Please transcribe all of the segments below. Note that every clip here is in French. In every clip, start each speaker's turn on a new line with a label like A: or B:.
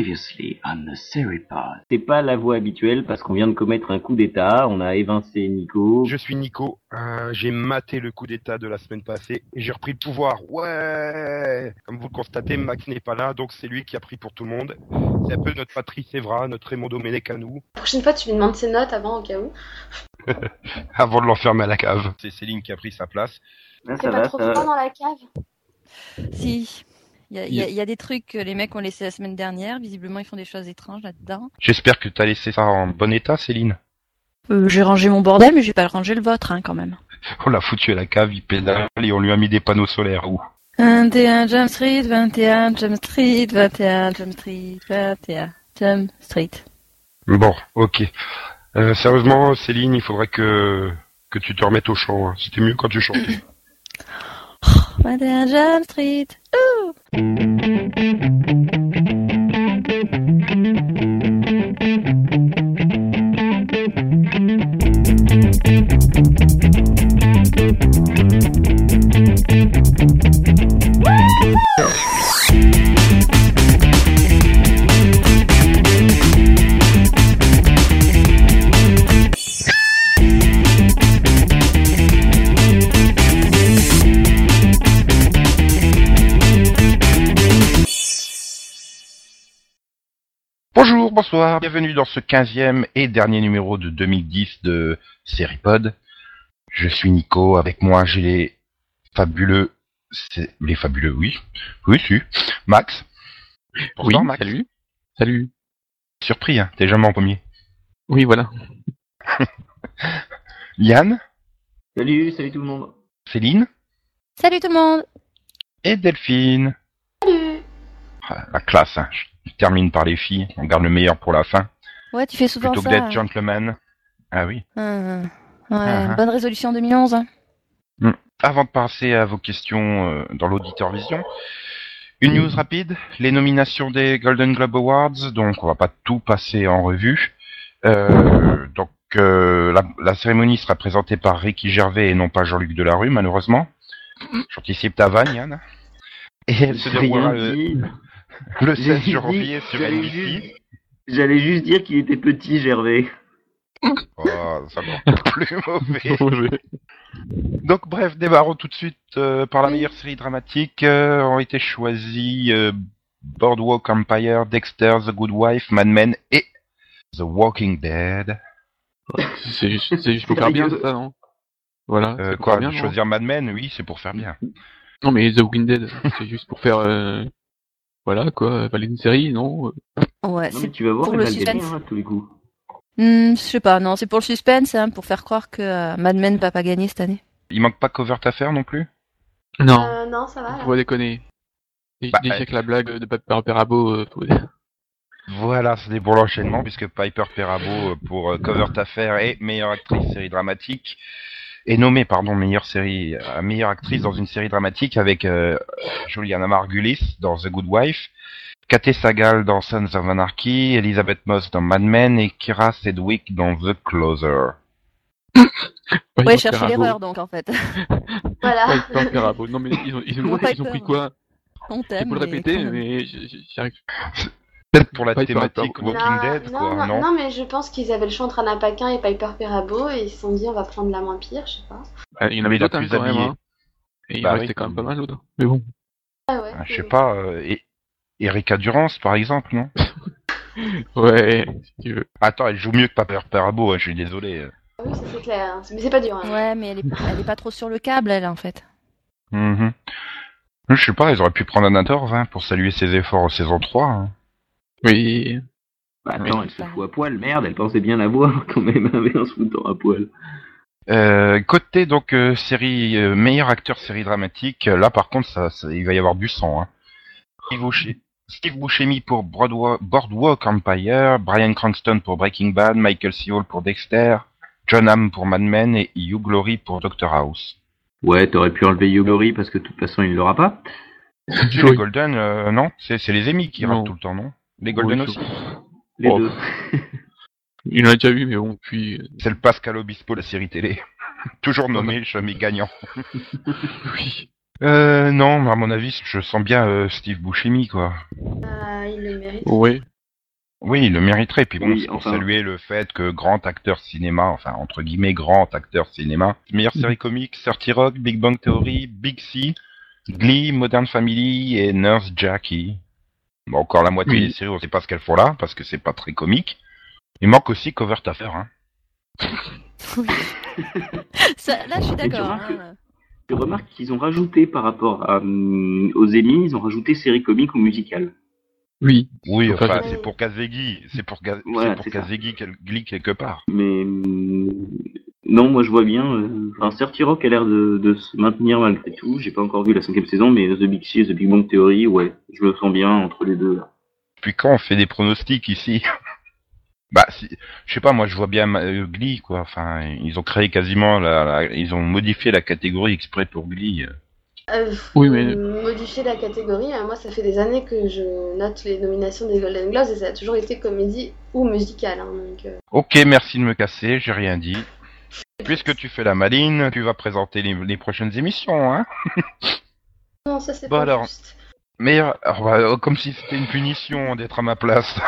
A: Previously on the Seripod.
B: C'est pas la voix habituelle parce qu'on vient de commettre un coup d'état, on a évincé Nico.
C: Je suis Nico, euh, j'ai maté le coup d'état de la semaine passée et j'ai repris le pouvoir. Ouais Comme vous le constatez, Max n'est pas là, donc c'est lui qui a pris pour tout le monde. C'est un peu notre Patrice Evra, notre Raymond Domenech à nous,
D: La prochaine fois, tu lui demandes ses notes avant, au cas où.
C: avant de l'enfermer à la cave. C'est Céline qui a pris sa place.
B: Là,
D: C'est
B: ça
D: pas
B: va,
D: trop
B: ça
D: froid
B: va.
D: dans la cave
E: Si. Il y, a- il y a- il y a des trucs que les mecs ont laissé la semaine dernière. Visiblement, ils font des choses étranges là-dedans.
C: J'espère que t'as laissé ça en bon état, Céline.
E: Euh, j'ai rangé mon bordel, mais j'ai pas rangé le vôtre, hein, quand même.
C: On Oh, l'a foutu à la cave, il pédale et on lui a mis des panneaux solaires. Ouh.
E: 21 Jump Street, 21 Jump Street, 21 Jump Street, 21 Jump Street.
C: Bon, ok. Euh, sérieusement, Céline, il faudrait que, que tu te remettes au chant. hein. C'était mieux quand tu chantais.
E: 21 Jump Street.
F: Bonjour, bonsoir, bienvenue dans ce 15e et dernier numéro de 2010 de Seripod. Je suis Nico, avec moi j'ai les fabuleux... c'est- Les fabuleux, oui. Oui, si. Max.
G: Oui,
F: Pourtant, Max,
G: salut. Salut.
F: surpris, hein, t'es jamais en premier.
G: Oui, voilà.
F: Yann,
B: Salut, salut tout le monde.
F: Céline
E: Salut tout le monde.
F: et Delphine.
D: Salut
F: Ah, La classe, hein. je termine par les filles, on garde le meilleur pour la fin.
E: Ouais, tu fais souvent
F: Plutôt que
E: ça.
F: d'être gentleman. Ah oui.
E: Hein. Ouais,
F: Ah, ah.
E: bonne résolution 2011. hein.
F: Avant de passer à vos questions euh, dans l'auditeur vision, une news rapide, les nominations des Golden Globe Awards, donc on va pas tout passer en revue. Euh, donc euh, la, la cérémonie sera présentée par Ricky Gervais et non pas Jean-Luc Delarue malheureusement. J'anticipe ta vanne Yann. Et elle se déroulera
B: Rien
F: le,
B: dit.
F: le
B: J'ai
F: 16
B: dit-
F: janvier sur
B: j'allais
F: NBC.
B: juste- J'allais juste dire qu'il était petit, Gervais.
F: Oh, ça va plus mauvais. Donc bref, débarrons tout de suite euh, par la meilleure série dramatique. Euh, ont été choisis euh, Boardwalk Empire, Dexter, The Good Wife, Mad Men et The Walking Dead.
G: C'est juste, c'est juste pour faire bien, ça, non Voilà.
F: Euh,
G: c'est pour
F: quoi,
G: faire bien, non
F: choisir Mad Men, oui, c'est pour faire bien.
G: Non, mais The Walking Dead, c'est juste pour faire. euh, Voilà, quoi. Fallait une série, non
B: Non,
E: Ouais, c'est
B: mais tu vas voir,
E: pour
B: il
E: le
B: va le gagner,
E: suspense.
B: hein, tous les coups.
E: Hmm, je sais pas, non, c'est pour le suspense, hein, pour faire croire que euh, Mad Men va pas gagner cette année.
F: Il manque pas Covert Affair non plus
G: Non.
D: Euh, Non, ça va. là.
G: Faut pas déconner. Dé-
F: Bah,
G: Déjà que la blague de Piper Perabo, euh, faut-
F: Voilà, c'était pour l'enchaînement, puisque Piper Perabo euh, pour euh, Covert Affair et meilleure actrice série dramatique est nommée, pardon, meilleure série, euh, meilleure actrice dans une série dramatique avec euh, Juliana Margulis dans The Good Wife, Kate Sagal dans Sons of Anarchy, Elizabeth Moss dans Mad Men et Kira Sedgwick dans The Closer.
E: Ouais,
G: Piper
E: chercher
G: Perabo.
E: l'erreur donc en fait.
D: Voilà.
G: Piper Perabo. Non, mais ils ont, ils ont,
E: Pour
G: ils ont
E: Piper.
G: pris quoi
E: On
G: Il
E: t'aime.
G: faut le
E: mais
G: répéter,
E: quand même.
G: mais j- j- j'y arrive.
F: Peut-être pour la
G: Piper
F: thématique
G: Perabo.
F: Walking Dead,
D: non,
F: quoi,
D: non,
F: non,
D: non, mais je pense qu'ils avaient le choix entre Anna Paquin et Piper Perabo et ils se sont dit on va prendre la moins pire, je sais pas.
G: Ah, Il y en
F: Mais
G: avait
F: la
G: d'autres, hein,
F: plus
G: quand même.
F: habillée.
G: hein. Et il
F: Bah
G: en
F: oui.
G: restait quand même pas mal d'autres. Mais bon.
D: Ah ouais.
F: Ah, Je sais
D: mais-
F: pas, euh, et Erika Durance par exemple, non
G: Ouais, si tu veux.
F: Attends, elle joue mieux que Piper Perabo, hein, je suis désolé.
D: Ah Oui, ça c'est clair. hein. Mais c'est pas dur. hein.
E: Ouais, mais elle est, elle est pas trop sur le câble, elle en fait.
F: Mhm. Je sais pas, ils auraient pu prendre Anna Torv hein, pour saluer ses efforts en saison 3. hein.
G: Oui.
B: Bah attends, elle se fout à poil, merde, elle pensait bien l'avoir quand même, mais en se foutant à poil.
F: Euh, côté donc euh, série euh, meilleur acteur série dramatique, euh, là par contre ça, ça- il va y avoir du sang. Hein. Steve, Buscemi- Steve Buscemi pour Broadwa- Boardwalk Empire, Brian Cranston pour Breaking Bad, Michael C. Hall pour Dexter, John Hamm pour Mad Men et Hugh Glory pour Doctor House.
B: Ouais, t'aurais pu enlever Yogori parce que de toute façon il l'aura pas.
F: C'est les Golden, euh, non C'est c'est les Emmy qui
G: Non.
F: ratent tout le temps, non Les Golden
G: Oui,
F: aussi
B: Les
G: Oh.
B: deux.
G: Il en a déjà eu, mais bon, puis. euh,
F: C'est le Pascal Obispo, la série télé. Toujours nommé, jamais gagnant.
G: Oui.
F: Euh, non, mais à mon avis, je sens bien euh, Steve Buscemi, quoi.
D: Ah, il le mérite.
G: Oui.
F: Oui, il le mériterait. Puis bon,
B: Oui,
F: c'est pour
B: enfin.
F: saluer le fait que grand acteur cinéma, enfin entre guillemets grand acteur cinéma, meilleure série comique, 30 Rock, Big Bang Theory, Big C, Glee, Modern Family et Nurse Jackie. Bon, encore la moitié
G: Oui.
F: des séries, on sait pas ce qu'elles font là, parce que c'est pas très comique. Il manque aussi Cover Taffer, hein.
E: Ça, là, je suis d'accord.
B: remarques
E: hein.
B: Tu remarques qu'ils ont rajouté par rapport à, hum, aux Emmy, ils ont rajouté série comique ou musicale.
G: Oui.
F: Oui,
G: Enfin,
F: enfin,
D: je-
F: c'est pour Kazegi, c'est pour, Ga-
B: Voilà,
F: c'est pour
B: c'est ça.
F: Kazegi quel- Glee quelque part.
B: Mais hum, non, moi je vois bien. euh, Enfin, Certi Rock a l'air de, de se maintenir malgré tout. J'ai pas encore vu la cinquième saison, mais The Big Six, The Big Bang Theory, ouais, je me sens bien entre les deux. là.
F: Puis quand on fait des pronostics ici Bah, si- je sais pas, moi je vois bien euh, Glee, quoi. Enfin, ils ont créé quasiment la, la- Ils ont modifié la catégorie exprès pour Glee.
D: Euh,
G: Oui, mais-
D: Modifier la catégorie, euh, moi ça fait des années que je note les nominations des Golden Globes et ça a toujours été comédie ou musicale. hein, donc, euh,
F: Ok, merci de me casser, j'ai rien dit. Puisque tu fais la maline, tu vas présenter les, les prochaines émissions, hein
D: Non, ça c'est
F: Bon,
D: pas
F: Bah, alors.
D: juste.
F: Mais euh, alors, bah, euh, comme si c'était une punition d'être à ma place.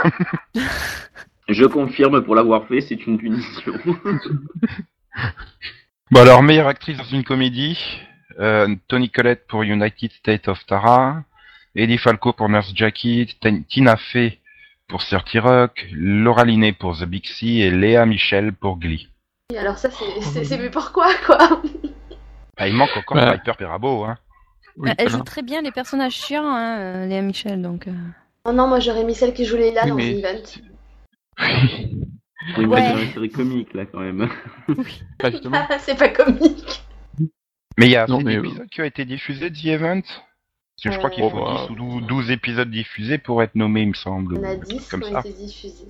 B: Je confirme pour l'avoir fait, c'est une punition.
F: bon alors, meilleure actrice dans une comédie, euh, Tony Collette pour United States of Tara, Eddie Falco pour Nurse Jackie, Tin- Tina Fey pour 30 Rock, Laura Linney pour The Big C et Léa Michel pour Glee.
D: Et alors ça c'est- c'est c'est mais pourquoi quoi
F: Ah, il manque encore
G: Bah.
F: Piper Perabo, hein.
G: oui
D: Ah,
E: Elle joue
G: voilà.
E: très bien les personnages chiants, hein, euh, Léa Michel. Donc, euh.
D: Oh non, moi j'aurais mis celle qui joue Leila
G: Oui,
D: dans
G: mais-
D: The Event.
B: On est
E: Ouais.
B: dans la série comique là quand même.
G: Bah, justement.
D: Ah, c'est pas comique.
F: Mais il y a
G: Non,
F: assez
G: mais, euh,
F: d'épisodes qui ont été diffusés de The Event Parce que je crois qu'il
D: Euh,
F: faut
G: bah,
F: 10 ou 12, 12 épisodes diffusés pour être nommé, il me semble.
D: On
F: ou
D: a
F: un truc
D: 10 qui
F: comme
D: ont
F: ça.
D: été diffusés.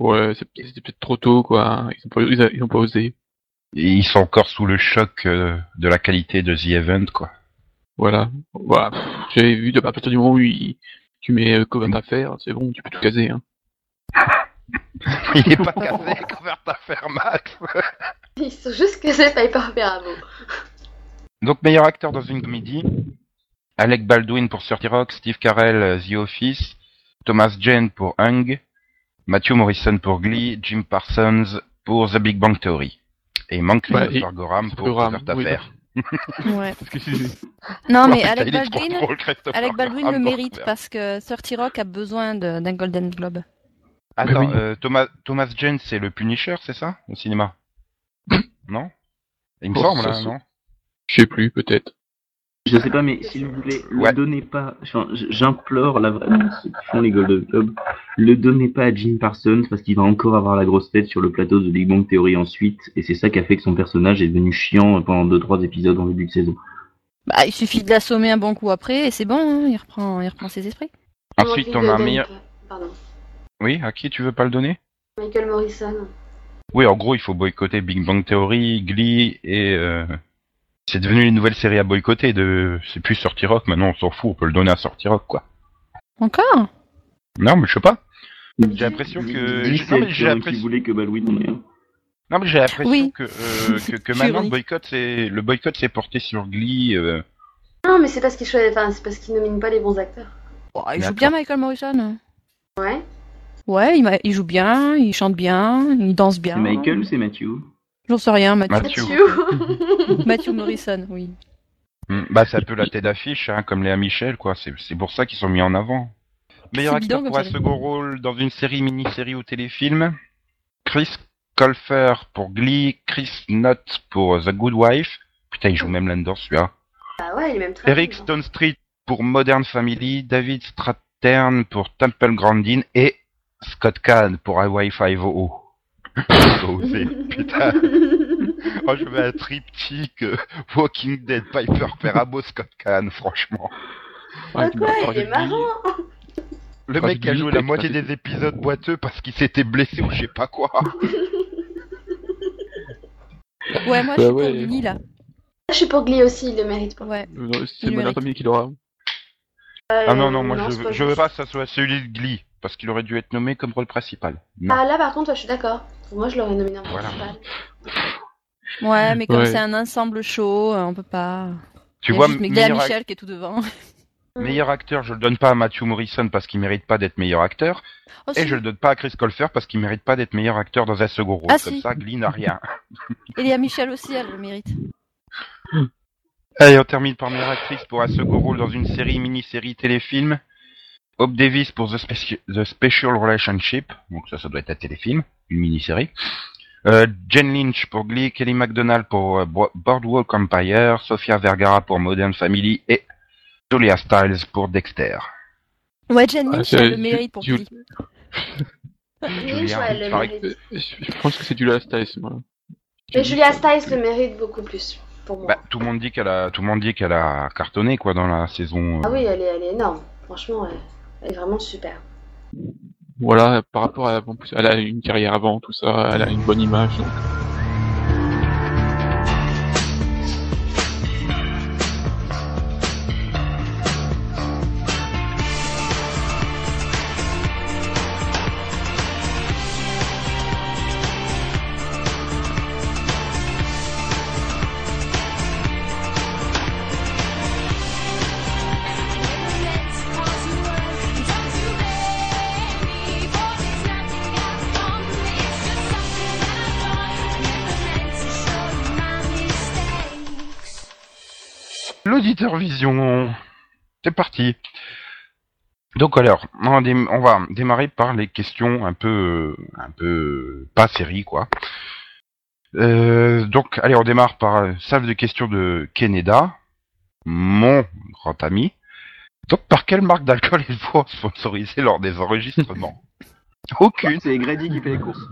G: Ouais, c'est- c'était peut-être trop tôt, quoi. Ils ont pas, ils a- ils ont pas osé.
F: Et ils sont encore sous le choc euh, de la qualité de The Event, quoi.
G: Voilà. voilà. pff, J'avais vu, à partir du moment où il- tu mets euh, Covert à faire, c'est bon, tu peux tout caser. Hein.
F: Il est pas cassé, couvert d'affaires, Max
D: Ils sont juste casés Piper Perabo.
F: Donc, meilleur acteur dans une comédie Alec Baldwin pour 30 Rock, Steve Carell, euh, The Office, Thomas Jane pour Hung, Matthew Morrison pour Glee, Jim Parsons pour The Big Bang Theory. Et il manque
G: Bah,
F: Christopher Gorham Mmh, pour
G: Programme,
F: Couvert
G: oui,
F: d'affaires.
E: Ouais.
G: parce que c'est-
E: euh. Non, mais
F: Ah, putain,
E: Alec
F: il est de
E: Baldwin,
F: contrôle, Christopher
E: Alec Baldwin le
F: Graham,
E: mérite
F: Gorham. Ah,
E: parce que 30 Rock a besoin de- d'un Golden Globe.
F: Attends,
G: Mais oui.
F: euh, Thomas, Thomas Jane, c'est le Punisher, c'est ça Au cinéma Non Il me
G: Oh,
F: semble,
G: ça,
F: là,
G: c'est-
F: non
G: Je sais plus, peut-être.
B: Je sais pas, mais s'il vous plaît, le
F: Ouais.
B: donnez pas. enfin, j- J'implore la vraiment ceux qui font les Golden Globes, le donnez pas à Jim Parsons parce qu'il va encore avoir la grosse tête sur le plateau de Big Bang Theory ensuite, et c'est ça qui a fait que son personnage est devenu chiant pendant deux trois épisodes en début de saison.
E: Bah, il suffit de l'assommer un bon coup après et c'est bon, hein, il, reprend, il reprend ses esprits.
F: Ensuite,
D: Comment
F: on
D: il
F: a un
D: le
F: meilleur...
D: donne pas Pardon.
F: Oui, à qui tu veux pas le donner
D: Michael Morrison.
F: Oui, en gros, il faut boycotter Big Bang Theory, Glee et... euh, C'est devenu une nouvelle série à boycotter. De... C'est plus Sorty Rock, maintenant on s'en fout, on peut le donner à Sorty Rock, quoi.
E: Encore
F: Non, mais je sais pas. J'ai l'impression que...
B: Dis- dis,
F: j'ai- Non,
B: c'est
F: mais
B: Curry
F: j'ai
B: qui
F: l'impression-
B: voulait que Baldwin en ait un.
F: Non, mais j'ai l'impression
E: Oui.
F: que, euh, que, que
E: Tu
F: maintenant le
E: ris.
F: boycott, c'est... Le boycott s'est porté sur Glee... euh,
D: Non, mais c'est parce qu'il choisit... enfin, c'est parce qu'il nomine pas les bons acteurs.
E: Oh, Il joue
F: D'accord.
E: bien Michael Morrison. hein.
D: Ouais.
E: Ouais, il, m'a- il joue bien, il chante bien, il danse bien.
B: C'est Michael, c'est Matthew.
E: J'en sais rien, Mathieu.
F: Mathieu.
E: Mathieu Morrison, oui.
F: Mm, Bah, c'est un peu la tête d'affiche, hein, comme Léa Michel, quoi. C'est c'est pour ça qu'ils sont mis en avant. Meilleur
E: C'est bidon
F: acteur
E: comme
F: pour un
E: ça.
F: second rôle dans une série, mini-série ou téléfilm. Chris Colfer pour Glee, Chris Knott pour The Good Wife. Putain, il joue même là-dedans, celui-là.
E: Ah,
D: Bah ouais, il est même très
F: Eric
D: bon.
F: Stone Street pour Modern Family, David Stratern pour Temple Grandin et Scott Kahn pour oh Hawaii Five-O.
D: hein.
F: osé, putain. Oh, je veux un triptyque euh, Walking Dead, Piper, Perabo, Scott Kahn, franchement.
G: Ouais,
D: Ah
G: tu
D: quoi,
G: m'as
D: il
G: parlé
D: est
G: de-
D: marrant.
F: Le
G: Ah,
F: mec
G: c'est
F: a joué la
G: limite,
F: moitié
G: putain.
F: des épisodes boiteux parce qu'il s'était blessé ou je sais pas quoi.
E: Euh, Ouais, moi
G: Bah
E: je suis
G: ouais.
E: pour Lily là.
D: Ah, Je suis pour Glee aussi, il le mérite pas.
E: Ouais.
G: Euh, C'est
E: Il
G: le
E: mérite.
G: meilleur famille qu'il aura.
D: Euh,
F: Ah non, non, moi je,
D: c'est
F: veux- je veux pas que ça soit celui de Glee parce qu'il aurait dû être nommé comme rôle principal. Non.
D: Ah là, par contre, ouais, je suis d'accord. Moi, je l'aurais nominé en
F: Voilà.
D: principal.
E: Ouais, mais comme
G: Ouais.
E: c'est un ensemble chaud, on euh, peut pas.
F: Tu
E: Il y a
F: vois,
E: juste Megla
F: meilleur, ac-
E: Michel qui est tout devant.
F: meilleur acteur, je le donne pas à Matthew Morrison parce qu'il mérite pas d'être meilleur acteur,
E: Oh,
F: et
E: si.
F: je le donne pas à Chris Colfer parce qu'il mérite pas d'être meilleur acteur dans un second rôle.
E: Ah,
F: Comme
E: si.
F: ça, Glee n'a rien.
E: Et Léa Michel aussi, elle le mérite.
F: Allez, on termine par meilleure actrice pour un second rôle dans une série, mini-série, téléfilm. Hope Davis pour The, Speci- The Special Relationship, donc ça, ça doit être un téléfilm, une mini-série. Euh, Jen Lynch pour Glee, Kelly MacDonald pour euh, Bo- Boardwalk Empire, Sofia Vergara pour Modern Family et Julia Stiles pour Dexter.
E: Ouais, Jen
G: Ah,
E: Lynch,
G: c'est-
E: elle le mérite pour
G: tu-
E: Glee.
D: Lynch,
F: Julia,
D: ouais, elle
F: il
D: le
F: paraît
D: mérite.
G: Euh, Je pense que c'est du last Ice, moi.
D: Mais Julia Stiles le mérite beaucoup plus, pour moi.
F: Bah, tout le monde dit qu'elle a, tout le monde dit qu'elle a cartonné quoi dans la saison. euh,
D: Ah oui, elle est, elle est énorme. Franchement, elle, elle est vraiment super.
G: Voilà, par rapport à. En plus, elle a une carrière avant, tout ça, elle a une bonne image. donc.
F: L'auditeur vision. C'est parti. Donc alors, on, dé- on va démarrer par les questions un peu, un peu pas série quoi. Euh, donc allez, on démarre par euh, salve de questions de Keneda, mon grand ami. Donc par quelle marque d'alcool êtes-vous sponsorisé lors des enregistrements Aucune.
B: C'est Grady qui fait les courses.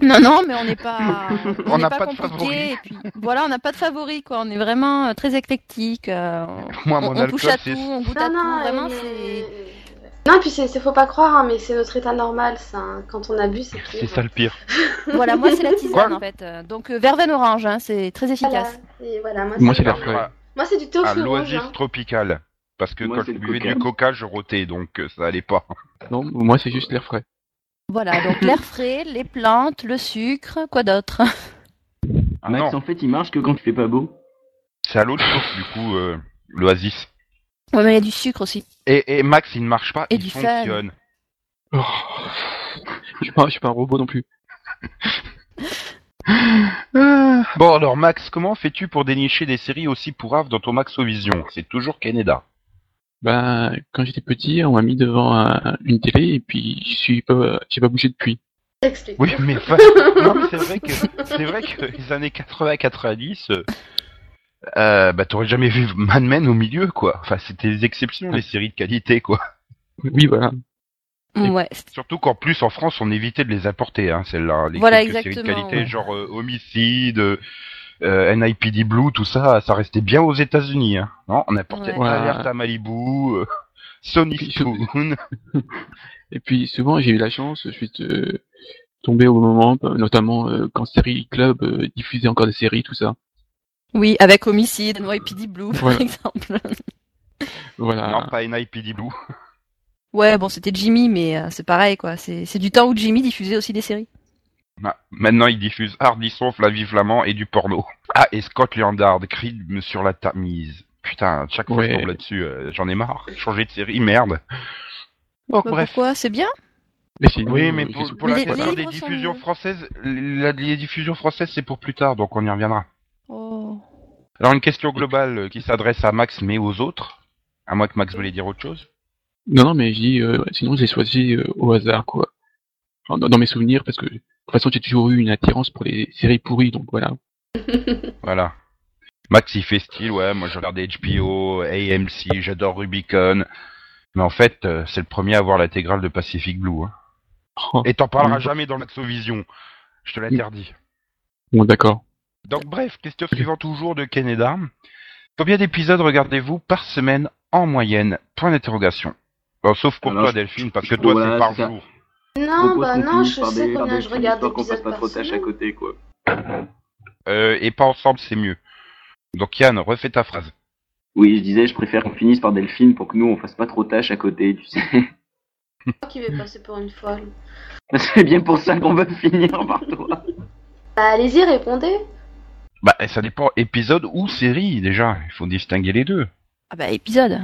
E: Non, non, mais on n'est pas,
F: On
E: n'est
F: n'a pas
E: pas,
F: de
E: compliqué. Et puis, voilà, on n'a pas de favori, quoi. On est vraiment euh, très éclectique. euh, on-
F: Moi,
E: on,
F: mon
E: on touche
F: alcool,
E: à
F: c'est
E: tout, on goûte à
D: Non,
E: tout.
D: non,
E: vraiment,
D: elle
E: c'est.
D: est- Non, et puis c'est, c'est- faut pas croire, hein, mais c'est notre état normal, ça. hein. Quand on abuse, c'est
F: c'est
D: pire.
F: ça le pire.
E: Voilà, moi, c'est la tisane,
F: Quoi
E: en fait. euh, Donc, euh, verveine orange, hein, c'est très
D: Voilà.
E: efficace.
D: Et voilà, moi,
G: Moi,
D: c'est... hein.
G: c'est la feuille.
D: moi, c'est du
F: à
D: tofu rouge.
F: l'oasis
D: hein.
F: tropicale. Parce que
B: Moi,
F: quand
B: c'est
F: je
B: le
F: buvais
B: coca.
F: du coca, je rotais, donc euh, ça allait pas.
G: Non, moi, c'est juste l'air frais.
E: Voilà, donc l'air frais, les plantes, le sucre, quoi d'autre
F: Ah
B: Max,
F: non,
B: en fait, il marche que quand il fait pas beau.
F: c'est à l'autre source, du coup, euh, l'oasis.
E: Ouais, mais il y a du sucre aussi.
F: Et, et Max, il ne marche pas,
E: Et
F: il
E: du fun.
F: fonctionne.
G: Oh. Je suis pas, je suis pas un robot non plus.
F: Bon, alors Max, comment fais-tu pour dénicher des séries aussi pourraves dans ton Maxovision C'est toujours Canada.
G: Ben, quand j'étais petit, on m'a mis devant un- une télé et puis je suis pas, j'ai pas bougé depuis.
D: T'expliques.
F: Oui, mais, enfin, non, mais c'est vrai que c'est vrai que les années 80-90, euh, euh, bah t'aurais jamais vu Mad Men au milieu, quoi. Enfin, c'était des exceptions, les séries de qualité, quoi.
G: Oui, voilà.
E: Mm, Ouais,
F: Surtout qu'en plus en France, on évitait de les importer, hein, celles-là. Les
E: Voilà,
F: quelques séries de
E: exactement,
F: qualité,
E: ouais.
F: genre euh, Homicide, euh, euh, NIPD Blue, tout ça, ça restait bien aux États-Unis. Hein. Non, on importait
E: Ouais.
F: Alerte à Malibu, euh, Sonic
G: Puis-
F: Spoon.
G: Et puis souvent, j'ai eu la chance, je suis euh, tombé au moment, notamment euh, quand Série Club euh, diffusait encore des séries, tout ça.
E: Oui, avec homicide, NYPD Blue,
G: Voilà.
E: par exemple.
G: Voilà.
F: Non, pas NIPD Blue.
E: Ouais, bon, c'était Jimmy, mais euh, c'est pareil, quoi. C'est c'est du temps où Jimmy diffusait aussi des séries.
F: Ah, maintenant, ils diffusent Hardisson, Flavie Flamand et du porno. Ah, et Scott Leandard, Creed sur la tamise. Putain, chaque fois que je
G: Ouais.
F: tombe là-dessus, euh, j'en ai marre. Changer de série, merde. Donc,
E: Bah,
F: Oh, bref.
E: Pourquoi C'est bien
G: Mais sinon,
F: Oui, mais
G: euh,
F: pour,
G: j'ai-
F: pour la
E: Mais les-
F: plupart
E: les
F: des
E: livres sont
F: diffusions
E: mieux.
F: françaises, la- les diffusions françaises, c'est pour plus tard, donc on y reviendra.
E: Oh.
F: Alors, une question globale euh, qui s'adresse à Max, mais aux autres. À moins que Max voulait dire autre chose.
G: Non, non, mais j'ai, euh, sinon j'ai choisi euh, au hasard, quoi. Enfin, Dans, dans mes souvenirs, parce que de toute façon, j'ai toujours eu une attirance pour les séries pourries, donc voilà.
F: Voilà. Max, il fait style, ouais, moi je regarde HBO, AMC, j'adore Rubicon. Mais en fait, euh, c'est le premier à avoir l'intégrale de Pacific Blue. hein.
G: Oh,
F: Et t'en parleras
G: Oui.
F: jamais dans Maxovision. Je te l'interdis.
G: Bon, d'accord.
F: Donc
B: Euh,
F: bref, question suivante toujours de Canada. Combien d'épisodes regardez-vous par semaine en moyenne Point d'interrogation. Bon, sauf pour
B: Alors,
F: toi
B: je-
F: Delphine, parce
B: je-
F: que toi
B: voilà,
F: c'est par
B: c'est ça.
F: jour.
D: Non,
B: Propose
D: bah
B: qu'on
D: non,
B: finisse
D: je
B: par
D: sais
B: des- par
D: combien
B: des
D: je
B: films,
D: regarde
B: histoire qu'on passe
D: d'épisodes
B: pas
D: par
B: trop tâche à
D: semaine.
B: côté, quoi.
F: Euh, et pas ensemble c'est mieux. Donc Yann, refais ta phrase.
B: Oui, je disais, je préfère qu'on finisse par Delphine pour que nous, on fasse pas trop tâche à côté, tu sais.
D: Moi qui vais passer pour une folle.
B: C'est bien pour ça qu'on veut finir par toi.
D: Bah, allez-y, répondez.
F: Bah, ça dépend épisode ou série, déjà. Il faut distinguer les deux.
E: Ah bah épisode.